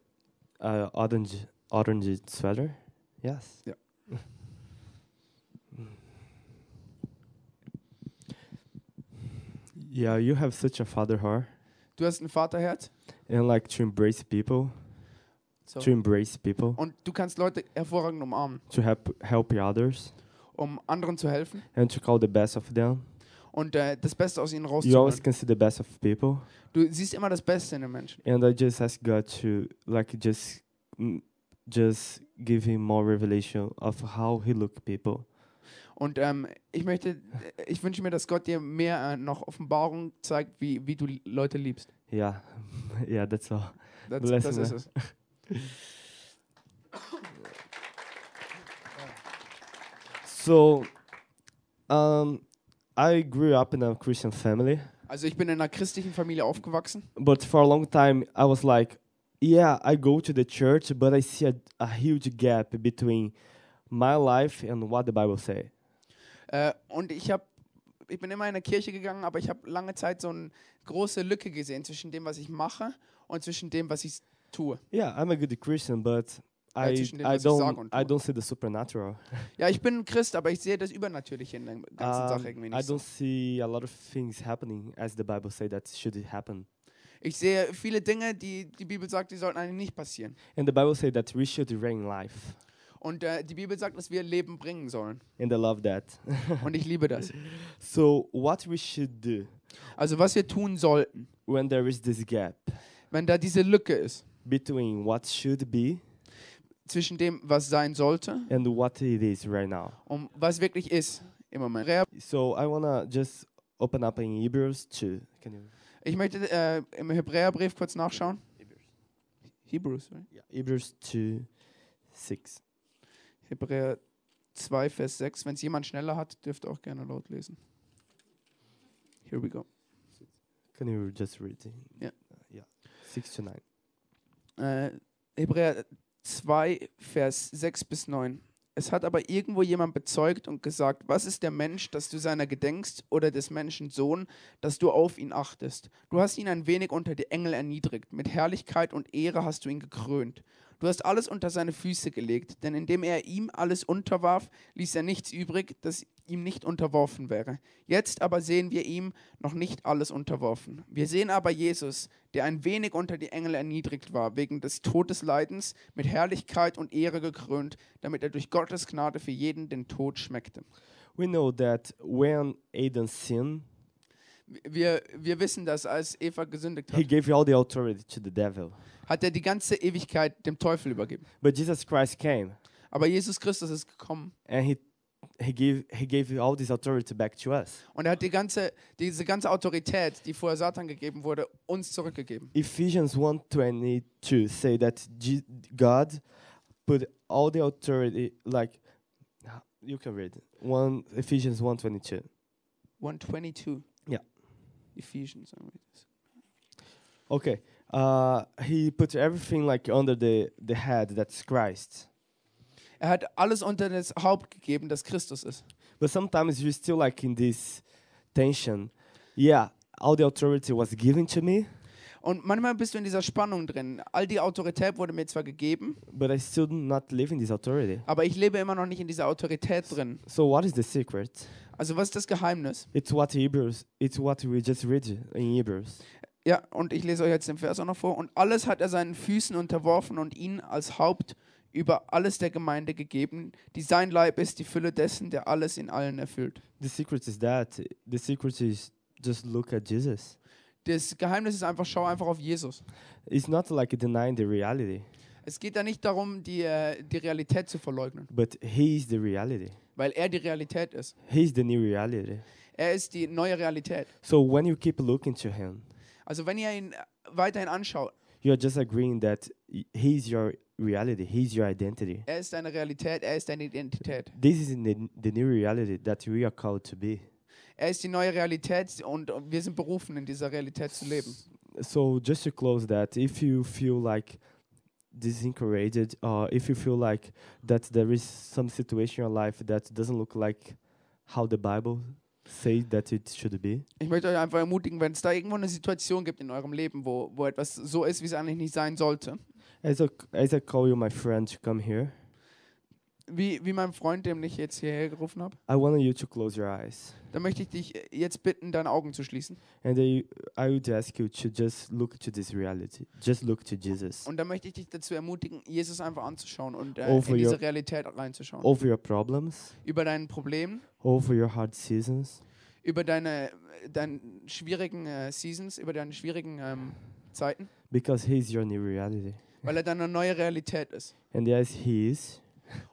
S5: uh, orange orange sweater. Yes.
S3: Yeah.
S5: yeah, you have such a father heart,
S3: Du hast ein Vaterherz
S5: and like to embrace people, to
S3: sorry,
S5: embrace people,
S3: und du kannst Leute hervorragend umarmen,
S5: to help help others,
S3: um anderen zu helfen
S5: and to call the best of them.
S3: und äh, das Beste aus ihnen
S5: You always
S3: rauszuholen.
S5: can see the best of people,
S3: Du siehst immer das Beste in den Menschen.
S5: and I just ask God to like just mm, just give him more revelation of how he look people.
S3: Und ähm, ich möchte, ich wünsche mir, dass Gott dir mehr äh, noch Offenbarung zeigt, wie, wie du Leute liebst.
S5: Yeah, yeah, that's all.
S3: Das,
S5: Bless
S3: das
S5: you,
S3: ist
S5: man.
S3: es.
S5: So, um, I grew up in a Christian family,
S3: Also ich bin in einer christlichen Familie aufgewachsen
S5: but for a long time I was like, yeah, I go to the church, but I see a, a huge gap between my life and what the Bible say.
S3: äh, und ich habe ich bin immer in der Kirche gegangen, aber ich habe lange Zeit so eine große Lücke gesehen zwischen dem, was ich mache und zwischen dem, was ich tue.
S5: Yeah, I'm a good Christian, but I,
S3: zwischen dem,
S5: I
S3: was ich sag
S5: don't
S3: und
S5: I
S3: tue.
S5: don't see the supernatural.
S3: Ja, ich bin ein Christ, aber ich sehe das Übernatürliche in der ganzen
S5: Um,
S3: Sache irgendwie
S5: I
S3: nicht. so.
S5: don't see a lot of things happening as the Bible say that should happen.
S3: Ich sehe viele Dinge, die die Bibel sagt, die sollten eigentlich nicht passieren.
S5: And the Bible say that we should reign life.
S3: Und äh, die Bibel sagt, dass wir Leben bringen sollen.
S5: And I love that.
S3: Und ich liebe das.
S5: so what we should do
S3: Also was wir tun sollten,
S5: when there is this gap
S3: wenn da diese Lücke ist
S5: between what should be
S3: zwischen dem, was sein sollte
S5: and what it is right now.
S3: und was wirklich ist im Moment. Rea,
S5: So I wanna just open up in Hebrews 2. Can you
S3: Ich möchte äh, im Hebräerbrief kurz nachschawn. Hebrews, right?
S5: yeah. Hebrews 2 6.
S3: Hebräer 2, Vers 6. Wenn es jemand schneller hat, dürft ihr auch gerne laut lesen. Here we go.
S5: Can you just read it?
S3: Yeah.
S5: yeah. 6 to 9.
S3: äh, Hebräer 2, Vers 6 bis 9. Es hat aber irgendwo jemand bezeugt und gesagt, was ist der Mensch, dass du seiner gedenkst oder des Menschen Sohn, dass du auf ihn achtest? Du hast ihn ein wenig unter die Engel erniedrigt, mit Herrlichkeit und Ehre hast du ihn gekrönt. Du hast alles unter seine Füße gelegt, denn indem er ihm alles unterwarf, ließ er nichts übrig, das ihm nicht unterworfen wäre. Jetzt aber sehen wir ihm noch nicht alles unterworfen. Wir sehen aber Jesus, der ein wenig unter die Engel erniedrigt war, wegen des Todesleidens, mit Herrlichkeit und Ehre gekrönt, damit er durch Gottes Gnade für jeden den Tod schmeckte.
S5: We know that when Adam sinned,
S3: Wir, wir wissen das, als Eva gesündigt
S5: he
S3: hat,
S5: gave all the authority to the devil.
S3: hat er die ganze Ewigkeit dem Teufel übergeben.
S5: But Jesus Christ came
S3: Aber Jesus Christus ist gekommen
S5: and he he gave he gave all this authority back to us.
S3: und er hat die ganze, diese ganze Autorität, die vorher Satan gegeben wurde, uns zurückgegeben.
S5: Ephesians 1:22 say that Je- God put all the authority like you can read it. one Ephesians 1:22.
S3: 122.
S5: Ja.
S3: Ephesians. sagen wir das.
S5: Okay. Uh, he put everything like under the the head that's Christ.
S3: Er hat alles unter das Haupt gegeben, das Christus ist.
S5: But sometimes you're still like in this tension. Yeah, all the authority was given to me,
S3: Und manchmal bist du in dieser Spannung drin. All die Autorität wurde mir zwar gegeben,
S5: but I still do not live in this authority.
S3: aber ich lebe immer noch nicht in dieser Autorität drin.
S5: So what is the secret?
S3: Also was ist das Geheimnis?
S5: It's what Hebrews. It's what we just read in Hebrews.
S3: Ja, und ich lese euch jetzt den Vers auch noch vor. Und alles hat er seinen Füßen unterworfen und ihn als Haupt über alles der Gemeinde gegeben, die sein Leib ist, die Fülle dessen, der alles in allen erfüllt.
S5: The secret is that. The secret is just look at Jesus.
S3: Das Geheimnis ist einfach, schau einfach auf Jesus.
S5: It's not like denying the reality,
S3: Es geht da nicht darum, die, äh, die Realität zu verleugnen,
S5: but He is the reality.
S3: weil er die Realität ist.
S5: He is the new reality.
S3: Er ist die neue Realität.
S5: So when you keep looking to Him,
S3: Also wenn ihr ihn äh, weiterhin anschaut,
S5: you are just agreeing that y- He is your reality. He is your identity.
S3: er ist deine Realität, er ist deine Identität.
S5: This is in the, n- the new reality that we are called to be.
S3: Er ist die neue Realität und und wir sind berufen, in dieser Realität zu leben.
S5: So just to close that, if you feel like disencouraged, or if you feel like that there is some situation in your life that doesn't look like how the Bible say that it should be,
S3: Ich möchte euch einfach ermutigen, wenn es da irgendwo eine Situation gibt in eurem Leben, wo, wo etwas so ist, wie es eigentlich nicht sein sollte.
S5: as I, as I call you my friend to come here,
S3: Wie, wie mein Freund, dem ich jetzt hierher gerufen habe,
S5: I want you to close your eyes.
S3: dann möchte ich dich äh, jetzt bitten, deine Augen zu schließen.
S5: And I, I would ask you to just look to this reality. Just look to Jesus.
S3: Und dann möchte ich dich dazu ermutigen, Jesus einfach anzuschauen und äh,
S5: Over
S3: in
S5: your-
S3: diese Realität reinzuschauen.
S5: Over your problems,
S3: Über dein Problem,
S5: over your hard seasons,
S3: über deine, äh, deinen schwierigen äh, Seasons, über deine schwierigen ähm, Zeiten,
S5: because He is your new reality.
S3: weil er deine neue Realität ist.
S5: And as He is,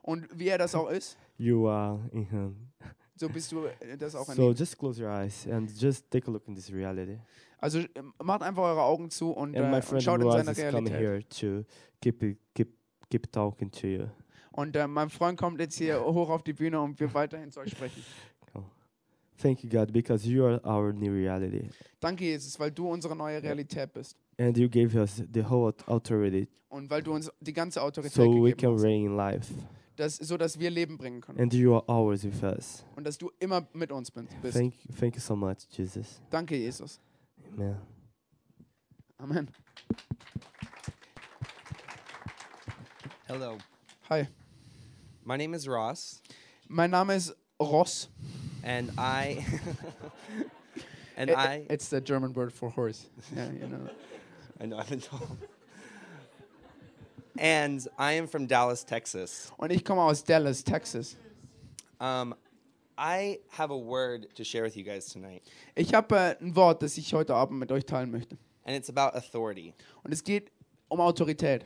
S3: Und wie er das auch ist,
S5: you are in Him.
S3: so bist du äh, das auch in
S5: So
S3: ihm.
S5: just close your eyes and just take a look in this reality.
S3: Also ähm, macht einfach eure Augen zu und,
S5: and
S3: äh,
S5: my
S3: und
S5: friend
S3: schaut in
S5: Roaz
S3: seine
S5: is coming
S3: Realität.
S5: here to keep it- keep keep talking to you.
S3: Und äh, mein Freund kommt jetzt hier hoch auf die Bühne und wir weiterhin zu euch sprechen.
S5: Thank you, God, because you are our new reality,
S3: Danke, Jesus, weil du unsere neue Realität bist
S5: and you gave us the whole aut- authority,
S3: und weil du uns die ganze Autorität
S5: so we can
S3: gegeben hast,
S5: reign in life.
S3: dass, so dass wir Leben bringen können
S5: And you are always with us.
S3: und dass du immer mit uns bin- bist.
S5: Thank thank you so much, Jesus.
S3: Danke, Jesus.
S5: Amen.
S3: Amen.
S2: Hello.
S3: Hi,
S2: My name is Ross,
S3: mein Name ist Ross.
S2: and I. and
S3: I-
S2: I.
S3: It's the German word for horse. Yeah, you know.
S2: I know I've been told. and I am from Dallas, Texas.
S3: Und ich komme aus Dallas, Texas.
S2: Um, I have a word to share with you guys tonight,
S3: Ich habe äh, ein Wort, das ich heute Abend mit euch teilen möchte.
S2: and it's about authority.
S3: Und es geht um Autorität.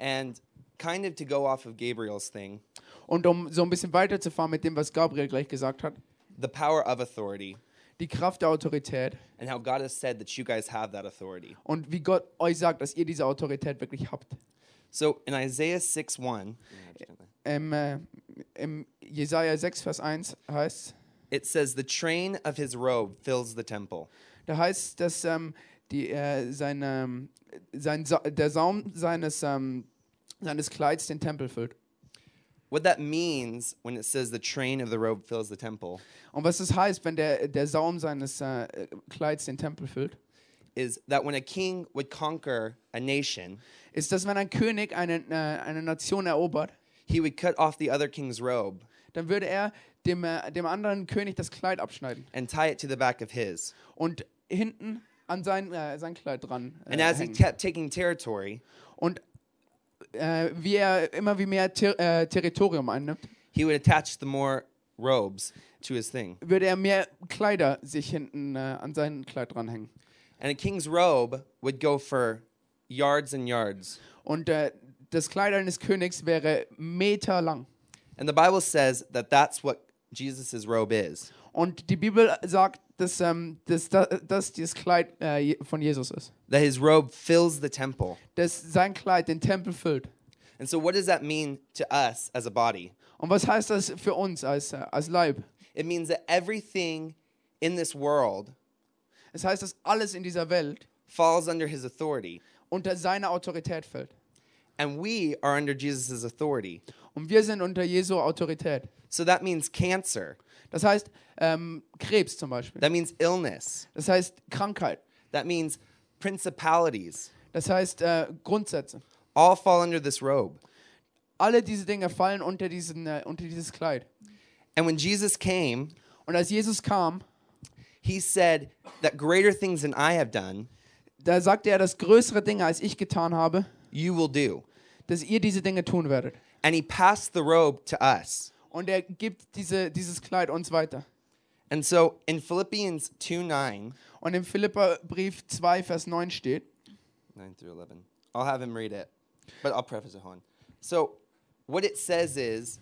S2: And kind of to go off of Gabriel's thing,
S3: Und um so ein bisschen weiterzufahren mit dem, was Gabriel gleich gesagt hat,
S2: the power of authority,
S3: die Kraft der Autorität
S2: and how God has said that you guys have that authority.
S3: und wie Gott euch sagt, dass ihr diese Autorität wirklich habt.
S2: So in Isaiah 6 1,
S3: Im, äh, im Jesaja 6, Vers 1 heißt
S2: it says, The train of his robe fills the temple.
S3: da heißt, dass ähm, die, äh, seine, sein, Sa der Saum seines, ähm, seines Kleids den Tempel füllt.
S2: What that means when it says the train of the robe fills the temple
S3: Und was es heißt, wenn der, der Saum seines äh, Kleids den Tempel füllt,
S2: is that when a king would conquer a nation,
S3: ist, dass wenn ein König eine, äh, eine Nation erobert,
S2: he would cut off the other king's robe
S3: dann würde er dem, äh, dem anderen König das Kleid abschneiden
S2: and tie it to the back of his.
S3: und hinten an sein, äh, sein Kleid dran. Äh,
S2: And as he
S3: hängen.
S2: kept taking territory,
S3: und äh, wie er immer wie mehr Ter äh, Territorium einnimmt,
S2: he would attach the more robes to his thing.
S3: würde er mehr Kleider sich hinten äh, an sein Kleid dranhängen.
S2: And a king's robe would go for yards and yards.
S3: Und äh, das Kleid eines Königs wäre Meter lang.
S2: And the Bible says that that's what Jesus' robe is.
S3: Und die Bibel sagt, dass, ähm, dass, da- dass dieses Kleid äh, Je- von Jesus ist.
S2: That his robe fills the temple.
S3: Dass sein Kleid den Tempel füllt.
S2: And so, what does that mean to us as a body?
S3: Und was heißt das für uns als, äh, als Leib?
S2: It means that everything in this world
S3: Es heißt, dass alles in dieser Welt
S2: falls under his authority,
S3: unter seine Autorität fällt.
S2: and we are under Jesus' authority.
S3: Und wir sind unter Jesu Autorität.
S2: So that means cancer,
S3: Das heißt, ähm, Krebs zum Beispiel.
S2: that means illness,
S3: Das heißt, Krankheit.
S2: that means principalities,
S3: Das heißt, äh, Grundsätze.
S2: all fall under this robe.
S3: Alle diese Dinge fallen unter, diesen, äh, unter dieses Kleid.
S2: And when Jesus came,
S3: Und als Jesus kam,
S2: he said that greater things than I have done,
S3: da sagte er, dass größere Dinge, als ich getan habe,
S2: you will do.
S3: dass ihr diese Dinge tun werdet.
S2: And he passed the robe to us.
S3: Und er gibt diese, dieses Kleid uns weiter.
S2: And so in Philippians 2 9,
S3: Und im Philipperbrief 2, Vers 9 steht,
S2: 9 through 11. I'll have him read it, but I'll preface it, hon. So, what it says is,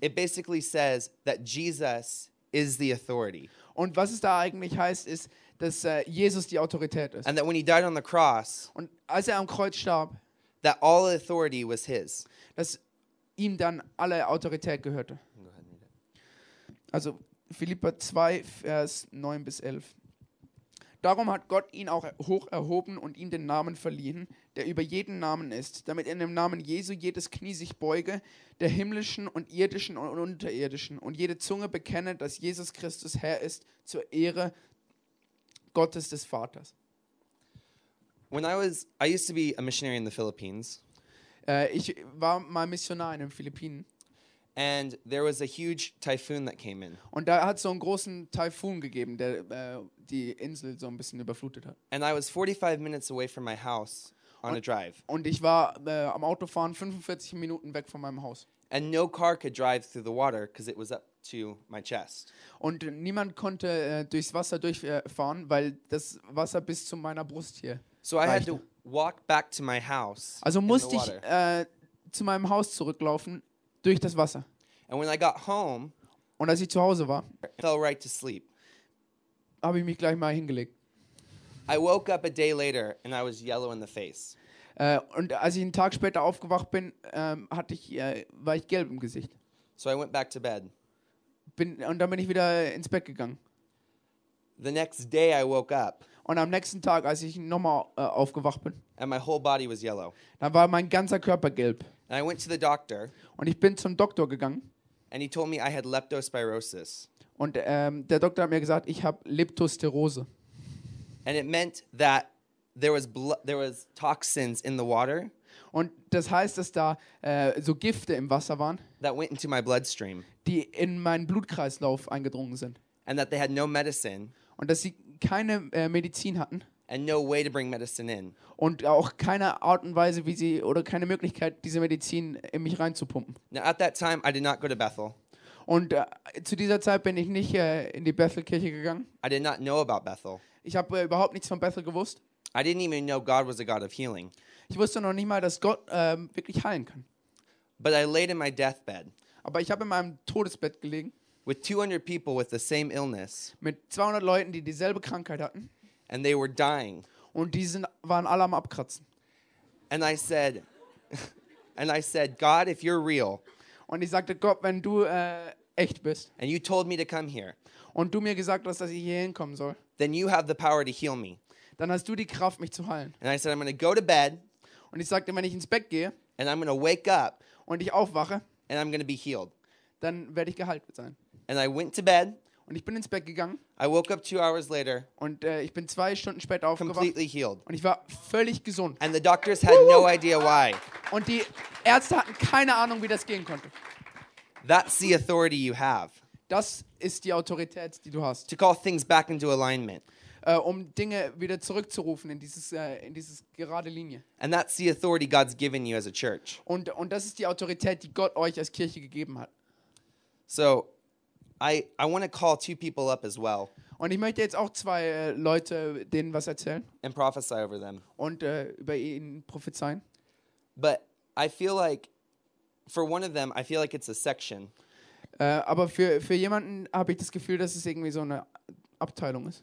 S2: it basically says that Jesus is the authority,
S3: und was es da eigentlich heißt, ist, dass äh, Jesus die Autorität ist.
S2: and that when he died on the cross,
S3: Und als er am Kreuz starb,
S2: that all authority was his.
S3: dass ihm dann alle Autorität gehörte. Also Philippa 2, Vers 9 bis 11. Darum hat Gott ihn auch hoch erhoben und ihm den Namen verliehen, der über jeden Namen ist, damit in dem Namen Jesu jedes Knie sich beuge, der himmlischen und irdischen und unterirdischen, und jede Zunge bekenne, dass Jesus Christus Herr ist, zur Ehre Gottes des Vaters.
S2: When I was, I used to be a missionary in the Philippines,
S3: Äh, ich war mal Missionar in den Philippinen
S2: and there was a huge typhoon that came in,
S3: und da hat es so einen großen Taifun gegeben, der äh, die Insel so ein bisschen überflutet hat.
S2: and I was 45 minutes away from my house on a drive,
S3: Und ich war äh, am Autofahren 45 Minuten weg von meinem Haus.
S2: and no car could drive through the water because it was up to my chest.
S3: Und niemand konnte äh, durchs Wasser durchfahren, weil das Wasser bis zu meiner Brust hier.
S2: So I had
S3: Reicht.
S2: to walk back to my house.
S3: Also
S2: in the
S3: musste ich
S2: water.
S3: äh, zu meinem Haus zurücklaufen durch das Wasser.
S2: And when I got home,
S3: Und als ich zu Hause war,
S2: I fell right to sleep.
S3: habe ich mich gleich mal hingelegt.
S2: I woke up a day later and I was yellow in the face.
S3: Äh, und als ich einen Tag später aufgewacht bin, ähm, hatte ich, äh, war ich gelb im Gesicht.
S2: So I went back to bed.
S3: Bin, und dann bin ich wieder ins Bett gegangen.
S2: The next day I woke up
S3: Und am nächsten Tag, als ich nochmal äh, aufgewacht bin,
S2: and my whole body was yellow.
S3: dann war mein ganzer Körper gelb.
S2: And I went to the doctor
S3: Und ich bin zum Doktor gegangen.
S2: and he told me I had leptospirosis.
S3: Und ähm, der Doktor hat mir gesagt, ich habe Leptosterose.
S2: And it meant that there was blo- there was toxins in the water
S3: Und das heißt, dass da äh, so Gifte im Wasser waren,
S6: that went into my bloodstream
S3: die in meinen Blutkreislauf eingedrungen sind.
S6: and that they had no medicine
S3: Und dass sie keine äh, Medizin hatten
S6: and no way to bring medicine in.
S3: und auch keine Art und Weise, wie sie oder keine Möglichkeit, diese Medizin in mich reinzupumpen.
S6: Now, at that time, I did not go to Bethel.
S3: Und äh, zu dieser Zeit bin ich nicht äh, in die Bethel-Kirche gegangen.
S6: I did not know about Bethel.
S3: Ich habe äh, überhaupt nichts von Bethel gewusst.
S6: I didn't even know God was a God of healing.
S3: Ich wusste noch nicht mal, dass Gott ähm, wirklich heilen kann.
S6: But I laid in my deathbed
S3: Aber ich habe in meinem Todesbett gelegen
S6: with 200 people with the same illness,
S3: mit 200 Leuten, die dieselbe Krankheit hatten.
S6: and they were dying.
S3: Und die sind, waren alle am Abkratzen.
S6: And I said, and I said, God, if you're real,
S3: Und ich sagte, Gott, wenn du äh, echt bist
S6: and you told me to come here,
S3: und du mir gesagt hast, dass ich hier hinkommen soll,
S6: then you have the power to heal me.
S3: dann hast du die Kraft, mich zu heilen.
S6: And I said, I'm going to go to bed
S3: Und ich sagte, wenn ich ins Bett gehe
S6: and I'm going to wake up
S3: und ich aufwache,
S6: and I'm going to be healed.
S3: dann werde ich geheilt sein.
S6: And I went to bed.
S3: Und ich bin ins Bett gegangen
S6: I woke up two hours later,
S3: und äh, ich bin zwei Stunden später aufgewacht
S6: completely healed.
S3: und ich war völlig gesund.
S6: And the doctors had no idea why.
S3: Und die Ärzte hatten keine Ahnung, wie das gehen konnte.
S6: That's the authority you have
S3: Das ist die Autorität, die du hast,
S6: to call things back into alignment.
S3: äh, um Dinge wieder zurückzurufen in dieses, äh, in dieses gerade Linie.
S6: And that's the authority God's given you as a church.
S3: Und, und das ist die Autorität, die Gott euch als Kirche gegeben hat.
S6: So I, I want to call two people up as well
S3: Und ich möchte jetzt auch zwei äh, Leute denen was erzählen
S6: and prophesy over them.
S3: und äh, über ihn prophezeien.
S6: But I feel like for one of them, I feel like it's a section.
S3: Äh, aber für, für jemanden habe ich das Gefühl, dass es irgendwie so eine Abteilung ist.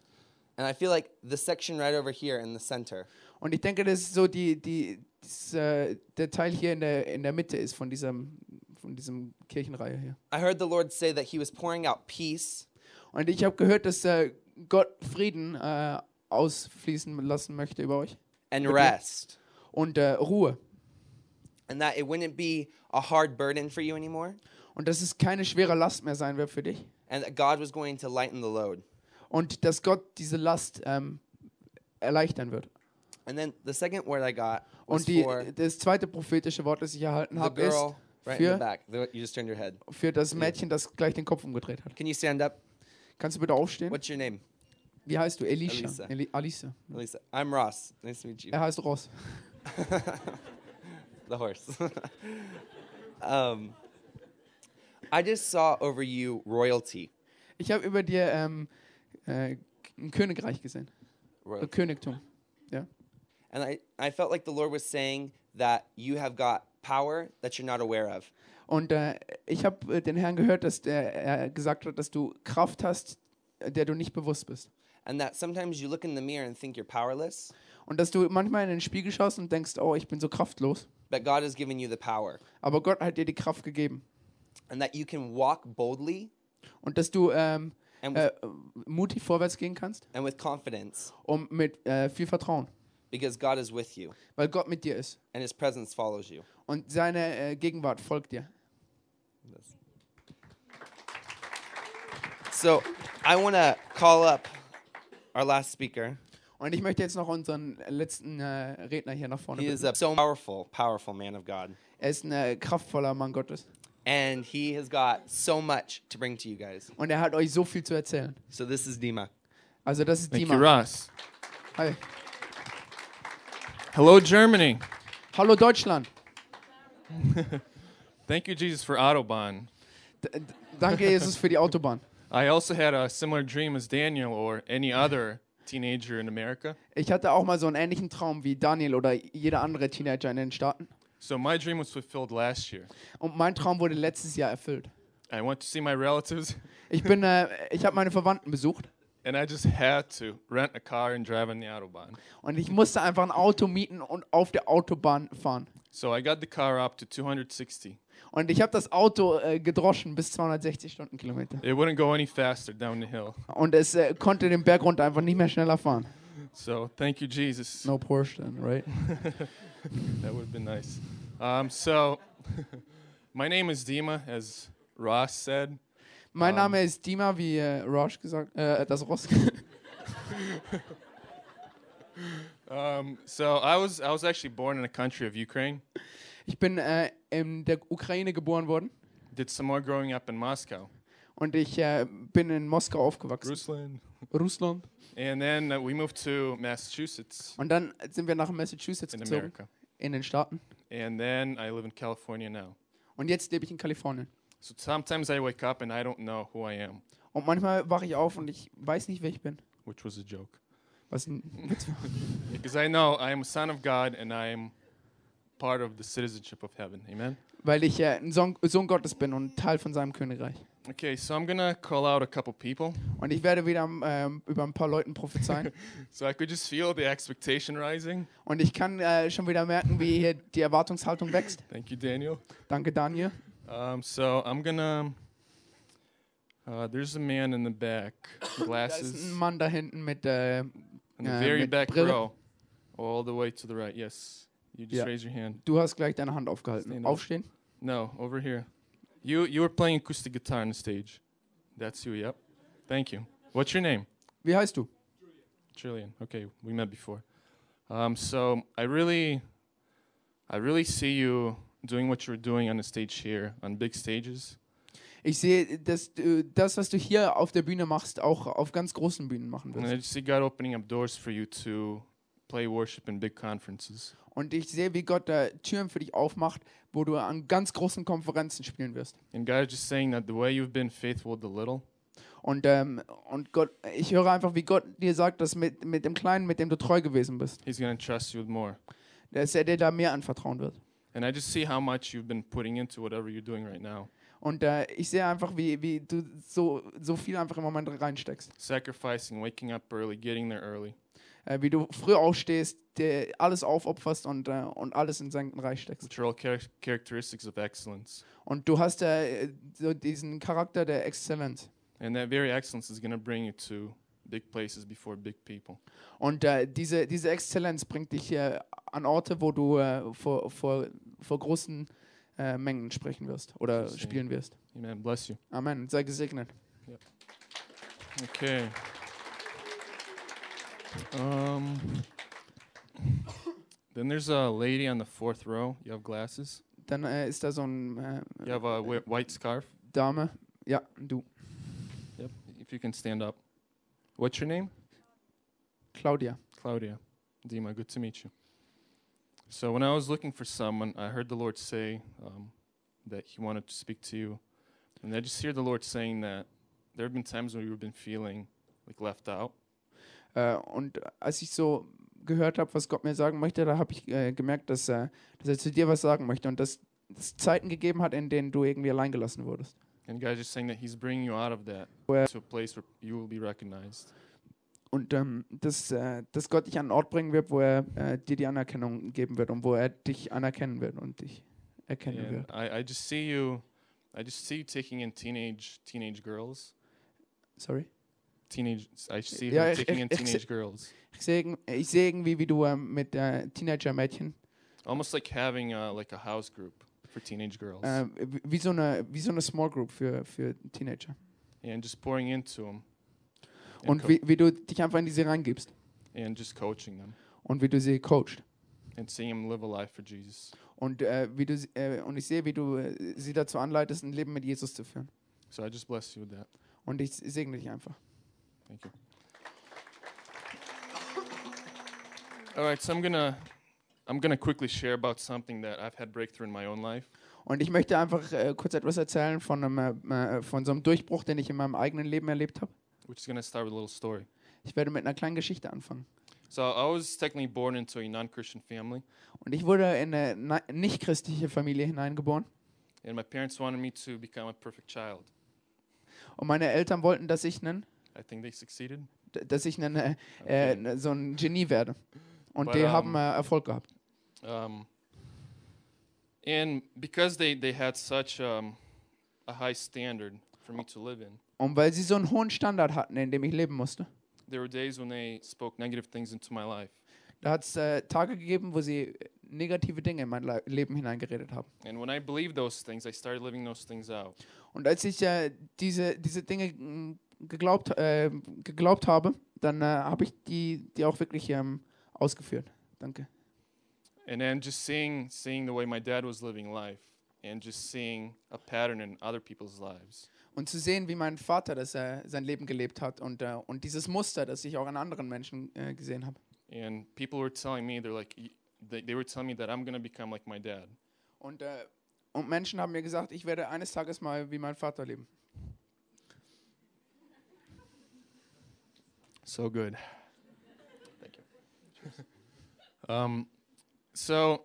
S6: And I feel like the section right over here in the center.
S3: Und ich denke, das ist so die, die, das, äh, der Teil hier in der, in der Mitte ist von diesem, von diesem Kirchenreihe hier.
S6: I heard the Lord say that He was pouring out peace
S3: Und ich habe gehört, dass äh, Gott Frieden äh, ausfließen lassen möchte über euch
S6: and rest,
S3: und äh, Ruhe.
S6: and that it wouldn't be a hard burden for you anymore,
S3: Und dass es keine schwere Last mehr sein wird für dich.
S6: and that God was going to lighten the load.
S3: Und dass Gott diese Last ähm, erleichtern wird.
S6: And then the second word I got was
S3: Und die,
S6: for
S3: das zweite prophetische Wort, das ich erhalten
S6: the
S3: habe, ist
S6: girl right in the
S3: für-
S6: back. The- You just turned your head.
S3: für das Mädchen, das gleich den Kopf umgedreht hat.
S6: Can you stand up?
S3: Kannst du bitte aufstehen?
S6: What's your name?
S3: Wie heißt du? Elisha.
S6: Elisa.
S3: Eli Alisa.
S6: Lisa. I'm Ross. Nice to meet you.
S3: Er heißt Ross.
S6: the horse. um, I just saw over you royalty.
S3: Ich habe über dir ähm, äh, ein Königreich gesehen. Ein
S6: royalty.
S3: Königtum. Ja.
S6: And I, I felt like the Lord was saying that you have got power that you're not aware of.
S3: Und äh, ich habe äh, den Herrn gehört, dass der, er gesagt hat, dass du Kraft hast, äh, der du nicht bewusst bist.
S6: And that sometimes you look in the mirror and think you're powerless,
S3: Und dass du manchmal in den Spiegel schaust und denkst, oh, ich bin so kraftlos.
S6: but God has given you the power.
S3: Aber Gott hat dir die Kraft gegeben.
S6: And that you can walk boldly
S3: Und dass du ähm,
S6: and
S3: äh,
S6: with,
S3: mutig vorwärts gehen kannst
S6: and with confidence
S3: und mit äh, viel Vertrauen.
S6: because God is with you
S3: Weil Gott mit dir ist.
S6: and his presence follows you.
S3: Und seine äh, Gegenwart folgt dir.
S6: So I want to call up our last speaker.
S3: Und ich möchte jetzt noch unseren letzten äh, Redner hier nach vorne
S6: He is
S3: bitten.
S6: a so powerful, powerful man of God.
S3: Er ist ein äh, kraftvoller Mann Gottes.
S6: And he has got so much to bring to you guys.
S3: Und er hat euch so viel zu erzählen.
S6: So this is Dima.
S3: Also das ist
S2: Thank you,
S3: Dima.
S2: Russ.
S3: Hi.
S2: Hello, Germany.
S3: Hallo Deutschland.
S7: Thank you, Jesus, for Autobahn.
S3: D d- danke Jesus für die Autobahn.
S7: I also had a similar dream as Daniel or any other teenager in America.
S3: Ich hatte auch mal so einen ähnlichen Traum wie Daniel oder jeder andere Teenager in den Staaten.
S7: So my dream was fulfilled last year.
S3: Und mein Traum wurde letztes Jahr erfüllt.
S7: I went to see my relatives,
S3: Ich bin, äh, ich habe meine Verwandten besucht
S7: and I just had to rent a car and drive on the Autobahn.
S3: und ich musste einfach ein Auto mieten und auf der Autobahn fahren.
S7: So I got the car up to 260.
S3: Und ich habe das Auto äh, gedroschen bis 260 Stundenkilometer.
S7: It wouldn't go any faster down the hill.
S3: Und es äh, konnte den Berg runter einfach nicht mehr schneller fahren.
S7: So thank you, Jesus.
S3: No Porsche then, right?
S7: That would have been nice. Um, so my name is Dima, as Ross said.
S3: Mein Name ist Dima, wie äh, Rosh gesagt, äh, das Ross.
S7: Um, so I was I was actually born in the country of Ukraine.
S3: Ich bin äh, in der Ukraine geboren worden
S7: Did some more growing up in Moscow,
S3: und ich äh, bin in Moskau aufgewachsen.
S7: Rusland,
S3: Russland.
S7: and then uh, we moved to Massachusetts
S3: Und dann sind wir nach Massachusetts
S7: in
S3: gezogen,
S7: America,
S3: in den Staaten.
S7: and then I live in California now.
S3: Und jetzt lebe ich in Kalifornien.
S7: So sometimes I wake up and I don't know who I am,
S3: Und manchmal wache ich auf und ich weiß nicht, wer ich bin.
S7: which was a joke,
S3: Was ein Witz war.
S7: because I know I am a son of God and I am part of the citizenship of heaven. Amen.
S3: Weil ich äh, ein Sohn, Sohn Gottes bin und Teil von seinem Königreich.
S7: Okay, so I'm gonna call out a couple people.
S3: Und ich werde wieder ähm, über ein paar Leuten prophezeien.
S7: So I could just feel the expectation rising.
S3: und ich kann äh, schon wieder merken, wie hier die Erwartungshaltung wächst.
S7: Thank you, Daniel.
S3: Danke, Daniel.
S7: Um, so I'm gonna. Uh, there's a man in the back,
S3: Da ist ein
S7: glasses,
S3: Mann da hinten mit. Äh,
S7: in the
S3: uh,
S7: very
S3: mit
S7: back
S3: Brille.
S7: row, all the way to the right. Yes, you just
S3: Yeah.
S7: raise your hand.
S3: du hast gleich deine Hand aufgehalten.
S7: Stand up.
S3: Aufstehen.
S7: No, over here. You you were playing acoustic guitar on the stage. That's you. Yep. Thank you. What's your name?
S3: Wie heißt du?
S7: Trillian. Okay, we met before. Um, so I really, I really see you doing what you're doing on the stage here, on big stages.
S3: Ich sehe, dass du das, was du hier auf der Bühne machst, auch auf ganz großen Bühnen machen
S7: And I
S3: wirst.
S7: just see God opening up doors for you to play worship in big conferences.
S3: Und ich sehe, wie Gott da Türen für dich aufmacht, wo du an ganz großen Konferenzen spielen wirst.
S7: And God is just saying that the way you've been faithful with the little,
S3: Und, ähm, und Gott, ich höre einfach, wie Gott dir sagt, dass mit, mit dem Kleinen, mit dem du treu gewesen bist,
S7: He's going to trust you with more.
S3: dass er dir da mehr anvertrauen wird.
S7: And I just see how much you've been putting into whatever you're doing right now.
S3: Und äh, ich sehe einfach, wie, wie du so, so viel einfach im Moment reinsteckst.
S7: Sacrificing, waking up early, getting there early.
S3: Äh, wie du früh aufstehst, dir alles aufopferst und, äh, und alles in sein Reich steckst.
S7: which are all charac- characteristics of excellence.
S3: Und du hast äh, so diesen Charakter der Exzellenz.
S7: And that very excellence is going to bring you to big places before big people.
S3: Und äh, diese, diese Exzellenz bringt dich äh, an Orte, wo du äh, vor, vor, vor großen äh, Mengen sprechen wirst oder
S7: Verstehe.
S3: spielen wirst.
S7: Amen. Bless you.
S3: Amen. Sei gesegnet.
S7: Okay. Um, then there's a lady on the fourth row. You have glasses.
S3: Dann äh, ist da so ein äh,
S7: You have a whi- white scarf.
S3: Dame. Ja, du.
S7: Yep. If you can stand up. What's your name?
S3: Claudia.
S7: Claudia. Dima, good to meet you. So, when I was looking for someone, I heard the Lord say um, that He wanted to speak to you. And I just hear the Lord saying that there have been times when you've been feeling like left out.
S3: Äh, und als ich so gehört habe, was Gott mir sagen möchte, da habe ich äh, gemerkt, dass, äh, dass er zu dir was sagen möchte und dass es Zeiten gegeben hat, in denen du irgendwie allein gelassen wurdest.
S7: And God's just saying that He's bringing you out of that
S3: Well-
S7: to a place where you will be recognized.
S3: Und ähm, dass, äh, dass Gott dich an einen Ort bringen wird, wo er äh, dir die Anerkennung geben wird und wo er dich anerkennen wird und dich erkennen
S7: And
S3: wird.
S7: I, I just see you, I just see you taking in teenage teenage girls.
S3: Sorry.
S7: Teenage, I see
S3: Yeah,
S7: her
S3: ex-
S7: taking in
S3: ex- ex-
S7: teenage girls.
S3: Ich sehe irgend- ich sehe irgendwie, wie du ähm, mit äh, Teenager-Mädchen,
S7: Almost like having uh like a house group for teenage girls.
S3: äh, wie, wie so eine, wie so eine Small Group für, für Teenager.
S7: and just pouring into them
S3: Und wie, wie du dich einfach in diese reingibst
S7: and just coaching them
S3: und wie du sie coachst.
S7: and seeing them live a life for Jesus.
S3: Und, äh, wie du, sie- äh, und ich sehe, wie du äh, sie dazu anleitest, ein Leben mit Jesus zu führen.
S7: So I just bless you with that.
S3: Und ich segne dich einfach.
S7: Thank you. All right, so I'm gonna I'm gonna quickly share about something that I've had breakthrough in my own life.
S3: Und ich möchte einfach äh, kurz etwas erzählen von, einem, äh, äh, von so einem Durchbruch, den ich in meinem eigenen Leben erlebt habe.
S7: Which is gonna start with a little story.
S3: Ich werde mit einer kleinen Geschichte anfangen.
S7: So I was technically born into a non-Christian family,
S3: Und ich wurde in eine na- nicht-christliche Familie hineingeboren.
S7: and my parents wanted me to become a perfect child.
S3: Und meine Eltern wollten, dass ich, einen,
S7: I think they succeeded.
S3: d- dass ich einen, äh,
S7: Okay.
S3: äh, n- so ein Genie werde. Und
S7: But,
S3: die
S7: um,
S3: haben äh, Erfolg gehabt.
S7: Um, and because they, they had such um, a high standard for me to live in,
S3: Und weil sie so einen hohen Standard hatten, in dem ich leben musste,
S7: there were days when they spoke negative things into my life.
S3: da hat es äh, Tage gegeben, wo sie äh, negative Dinge in mein Le Leben hineingeredet haben.
S7: And when I believed those things, I started living those things out.
S3: Und als ich äh, diese, diese Dinge äh, mh, geglaubt, äh, geglaubt habe, dann äh, habe ich die, die auch wirklich ähm, ausgeführt. Danke.
S7: and then just seeing seeing the way my dad was living life and just seeing a pattern in other people's lives
S3: Und zu sehen, wie mein Vater das, äh, sein Leben gelebt hat und, äh, und dieses Muster, das ich auch an anderen Menschen äh, gesehen habe.
S7: and people were telling me they're like "Y- they, they were telling me that i'm going to become like my dad
S3: Und, äh, und Menschen haben mir gesagt, ich werde eines Tages mal wie mein Vater leben.
S7: so good thank you um, so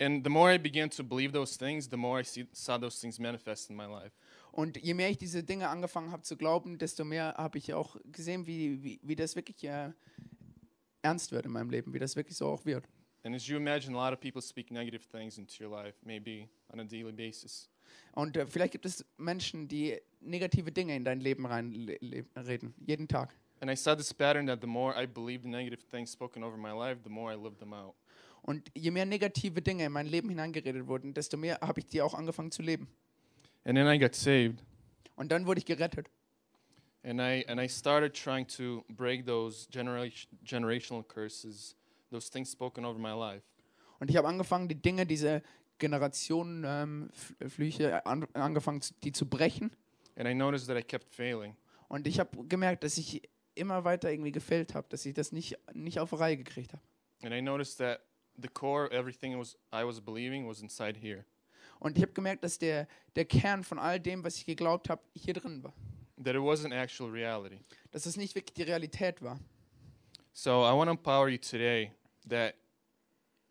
S7: and the more i began to believe those things the more i see, saw those things manifest in my life
S3: Und je mehr ich diese Dinge angefangen habe zu glauben, desto mehr habe ich auch gesehen, wie, wie, wie das wirklich äh, ernst wird in meinem Leben, wie das wirklich so auch wird.
S7: and as you imagine a lot of people speak negative things into your life maybe on a daily basis
S3: Und äh, vielleicht gibt es Menschen, die negative Dinge in dein Leben reinreden, jeden Tag.
S7: and i saw this pattern that the more i believed the negative things spoken over my life the more i lived them out
S3: Und je mehr negative Dinge in mein Leben hineingeredet wurden, desto mehr habe ich die auch angefangen zu leben.
S7: and then i got saved
S3: Und dann wurde ich gerettet.
S7: and I and I started trying to break those generation generational curses, those things spoken over my life.
S3: Und ich habe angefangen, die Dinge, diese Generationenflüche, ähm, Flüche, an, angefangen, zu- die zu brechen.
S7: And I noticed that I kept failing.
S3: Und ich habe gemerkt, dass ich immer weiter irgendwie gefällt habe, dass ich das nicht, nicht auf die Reihe gekriegt habe.
S7: And I noticed that the core of everything was I was believing was inside here.
S3: Und ich habe gemerkt, dass der, der Kern von all dem, was ich geglaubt habe, hier drin war.
S7: That it wasn't actual reality.
S3: Dass es nicht wirklich die Realität war.
S7: So I want to empower you today that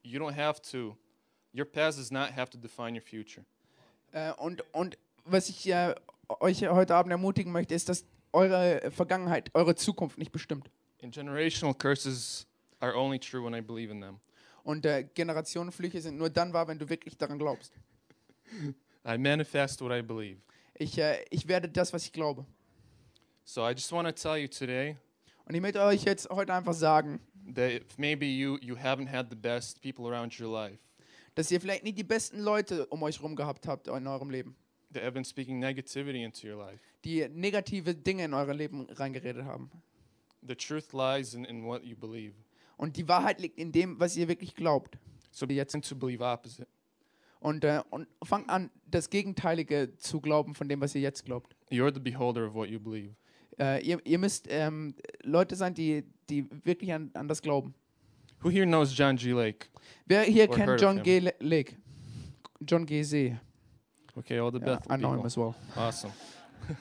S7: you don't have to your past does not have to define your future.
S3: Äh, und, und was ich äh, euch heute Abend ermutigen möchte, ist, dass eure Vergangenheit, eure Zukunft nicht bestimmt.
S7: And generational curses are only true when I believe in them.
S3: Und äh, Generationenflüche sind nur dann wahr, wenn du wirklich daran glaubst.
S7: I manifest what I believe.
S3: Ich, äh, ich werde das, was ich glaube.
S7: So I just want to tell you today
S3: Und ich möchte euch jetzt heute einfach sagen,
S7: that if maybe you you haven't had the best people around your life
S3: dass ihr vielleicht nicht die besten Leute um euch rum gehabt habt in eurem Leben,
S7: that have been speaking negativity into your life
S3: die negative Dinge in euer Leben reingeredet haben.
S7: the truth lies in, in what you believe
S3: Und die Wahrheit liegt in dem, was ihr wirklich glaubt.
S7: so begin to believe opposite
S3: Und, äh, und fangt an, das Gegenteilige zu glauben von dem, was ihr jetzt glaubt.
S7: you're the beholder of what you believe
S3: Äh, ihr, ihr müsst ähm, Leute sein, die, die wirklich an, an das glauben.
S7: who here knows john g lake
S3: Wer hier
S7: Or heard
S3: kennt
S7: of
S3: John
S7: him.
S3: G. Le- Lake? John G. See.
S7: okay all the
S3: Ja,
S7: best
S3: I know him as well.
S7: awesome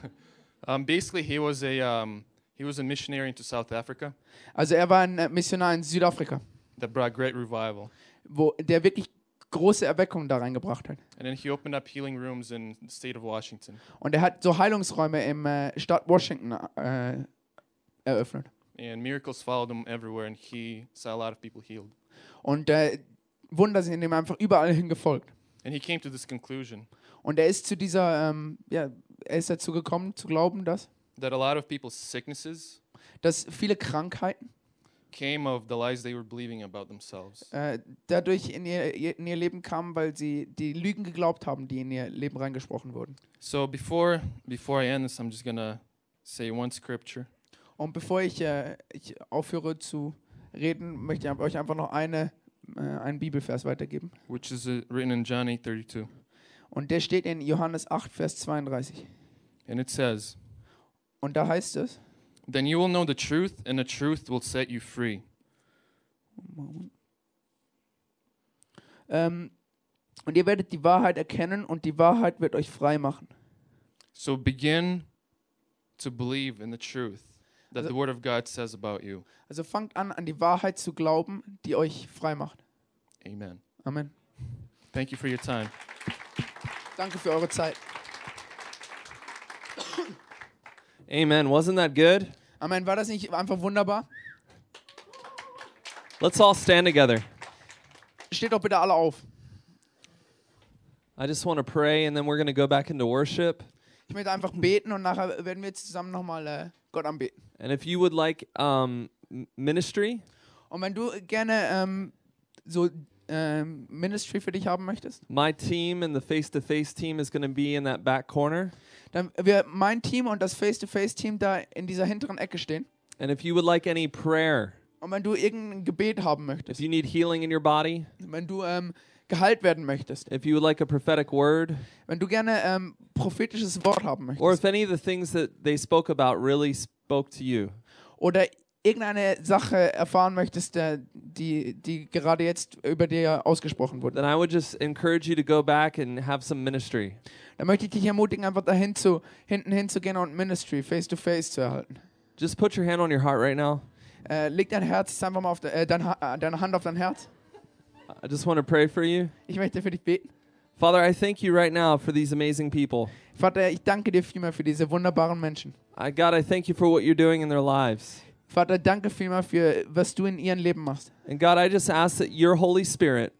S7: um, basically he was a um, he was a missionary into south africa
S3: Also er war ein äh, Missionar in Südafrika,
S7: that brought great revival
S3: wo der wirklich große Erweckung da reingebracht hat.
S7: and then he opened up healing rooms in the state of washington
S3: Und er hat so Heilungsräume im äh, Staat Washington äh, eröffnet.
S7: and miracles followed him everywhere and he saw a lot of people healed
S3: Und äh, Wunder sind ihm einfach überall hin gefolgt.
S7: and he came to this conclusion
S3: Und er ist zu dieser, ähm, ja, er ist dazu gekommen zu glauben, dass,
S7: that a lot of people's sicknesses
S3: dass viele Krankheiten
S7: came of the lies they were believing about themselves.
S3: äh, dadurch in ihr, ihr- in ihr Leben kamen, weil sie die Lügen geglaubt haben, die in ihr Leben reingesprochen wurden.
S7: So before before I end this, I'm just gonna say one scripture.
S3: Und bevor ich, äh, ich aufhöre zu reden, möchte ich euch einfach noch eine, äh, einen Bibelvers weitergeben.
S7: Which is uh, written in John 8:32,
S3: Und der steht in Johannes 8, Vers 32.
S7: and it says,
S3: Und da heißt es,
S7: "Then you will know the truth, and the truth will set you free."
S3: Moment. Ähm, und ihr werdet die Wahrheit erkennen und die Wahrheit wird euch frei machen.
S7: So begin to believe in the truth that
S3: Also-
S7: the Word of God says about you.
S3: Also fangt an, an die Wahrheit zu glauben, die euch frei macht.
S7: Amen.
S3: Amen.
S7: Thank you for your time.
S3: Danke für eure Zeit.
S2: Amen. Wasn't that good?
S3: Amen. War das nicht einfach wunderbar?
S2: Let's all stand together.
S3: Steht doch bitte alle auf.
S2: I just want to pray and then we're going to go back into worship.
S3: Ich möchte einfach beten und nachher werden wir zusammen nochmal äh, Gott anbeten.
S2: And if you would like um, m- ministry,
S3: Und wenn du gerne ähm, so ähm, Ministry für dich haben möchtest,
S2: my team and the face to face team is going to be in that back corner.
S3: dann wird mein Team und das Face-to-Face-Team da in dieser hinteren Ecke stehen.
S2: And if you would like any prayer,
S3: Und wenn du irgendein Gebet haben möchtest,
S2: If you need healing in your body,
S3: wenn du ähm, geheilt werden möchtest,
S2: if you would like a prophetic word,
S3: wenn du gerne ähm, prophetisches Wort haben
S2: or
S3: möchtest
S2: if any of the things that they spoke about really spoke to you,
S3: oder irgendeine Sache erfahren möchtest, der, die, die gerade jetzt über dir ausgesprochen wurde,
S2: then I would just encourage you to go back and have some ministry.
S3: dann möchte ich dich ermutigen, einfach dahin zu, hinten hinzugehen und Ministry face to face zu erhalten.
S2: Just put your hand on your heart right now.
S3: Äh, leg dein Herz jetzt einfach mal auf de, äh, dein ha äh, deine Hand auf dein Herz.
S2: I just want to pray for you.
S3: Ich möchte für dich beten.
S2: Father, I thank you right now for these amazing people.
S3: Vater, ich danke dir vielmehr für diese wunderbaren Menschen.
S2: I, God, I thank you for what you're doing in their lives.
S3: Vater, danke vielmehr für was du in ihrem Leben machst.
S2: And God, I just ask that your Holy Spirit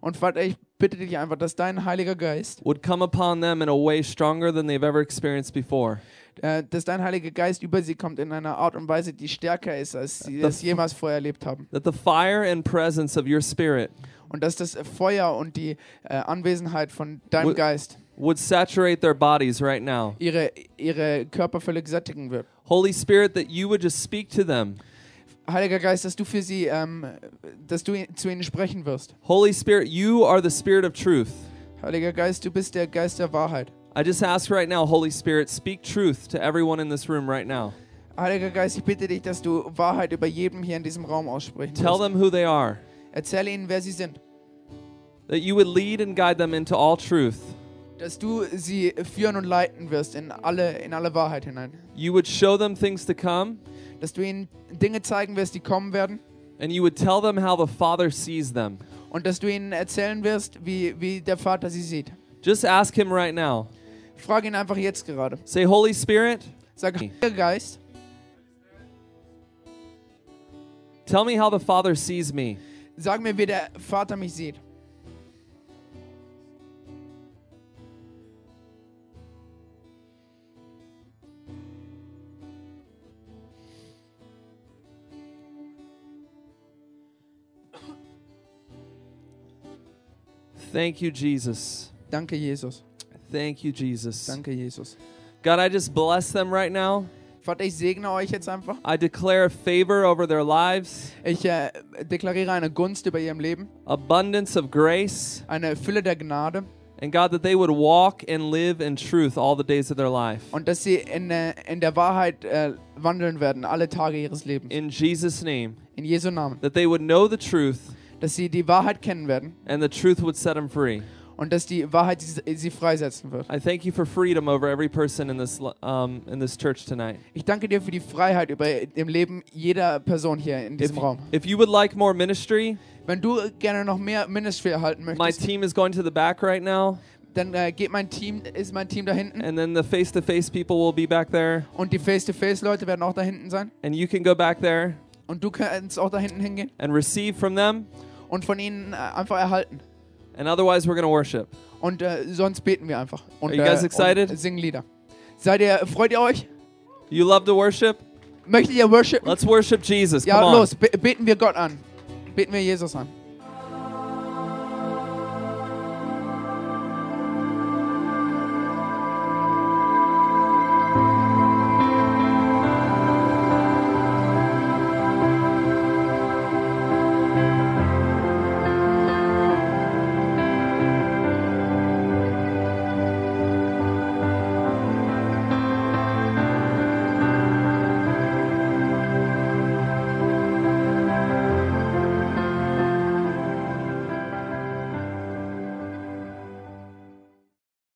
S3: Und Vater, ich bitte dich einfach, dass dein Heiliger Geist,
S2: would come upon them in a way stronger than they've ever experienced before.
S3: äh, dass dein Heiliger Geist über sie kommt in einer Art und Weise, die stärker ist, als sie es jemals vorher erlebt haben.
S2: That the fire and presence of your Spirit
S3: Und dass das äh, Feuer und die äh, Anwesenheit von deinem
S2: Wo-
S3: Geist
S2: would saturate their bodies right now.
S3: ihre, ihre Körper völlig sättigen wird.
S2: Holy Spirit, that you would just speak to them.
S3: Heiliger Geist, dass du für sie, ähm, dass du i- zu ihnen sprechen wirst.
S2: Holy Spirit, you are the Spirit of truth.
S3: Heiliger Geist, du bist der Geist der Wahrheit.
S2: I just ask right now, Holy Spirit, speak truth to everyone in this room right now.
S3: Heiliger Geist, ich bitte dich, dass du Wahrheit über jedem hier in diesem Raum aussprechen
S2: Tell
S3: wirst.
S2: them who they are,
S3: Erzähle ihnen, wer sie sind.
S2: that you would lead and guide them into all truth.
S3: Dass du sie führen und leiten wirst in alle, in alle Wahrheit hinein.
S2: You would show them things to come,
S3: Dass du ihnen Dinge zeigen wirst, die kommen werden.
S2: and you would tell them how the Father sees them.
S3: Und dass du ihnen erzählen wirst, wie, wie der Vater sie sieht.
S2: Just ask Him right now.
S3: Frage ihn einfach jetzt gerade.
S2: Say, Holy Spirit,
S3: Sag, Heiliger Geist,
S2: tell me how the Father sees me.
S3: sag mir, wie der Vater mich sieht.
S2: Thank you, Jesus.
S3: Danke, Jesus.
S2: Thank you, Jesus.
S3: Danke, Jesus.
S2: God, I just bless them right now.
S3: Vater, ich segne euch jetzt einfach.
S2: I declare favor over their lives,
S3: Ich äh, deklariere eine Gunst über ihrem Leben,
S2: abundance of grace,
S3: eine Fülle der Gnade
S2: and God, that they would walk and live in truth all the days of their life.
S3: und dass sie in, äh, in der Wahrheit äh, wandeln werden, alle Tage ihres Lebens.
S2: In Jesus' name,
S3: In Jesu Namen.
S2: that they would know the truth,
S3: Dass sie die Wahrheit kennen werden
S2: and the truth would set them free.
S3: und dass die Wahrheit sie, sie freisetzen wird.
S2: I thank you for freedom over every person in this lo- um, in this church tonight.
S3: Ich danke dir für die Freiheit über im Leben jeder Person hier in
S2: If,
S3: diesem Raum.
S2: if you would like more ministry,
S3: Wenn du gerne noch mehr Ministry erhalten
S2: my
S3: möchtest,
S2: team is going to the back right now,
S3: dann äh, geht mein Team, ist mein Team da hinten
S2: and then the face-to-face people will be back there,
S3: und die Face-to-Face-Leute werden auch da hinten sein
S2: and you can go back there
S3: und du kannst auch da hinten hingehen
S2: and receive from them.
S3: und von ihnen äh, einfach erhalten.
S2: And otherwise, we're going to worship.
S3: Und äh, sonst beten wir einfach. Und,
S2: Are you guys
S3: äh,
S2: excited?
S3: Und singen Lieder. Seid ihr, freut ihr euch?
S2: You love to worship?
S3: Möchtet ihr worshipen?
S2: Let's worship Jesus.
S3: ja,
S2: Come on.
S3: los, be beten wir Gott an. Beten wir Jesus an.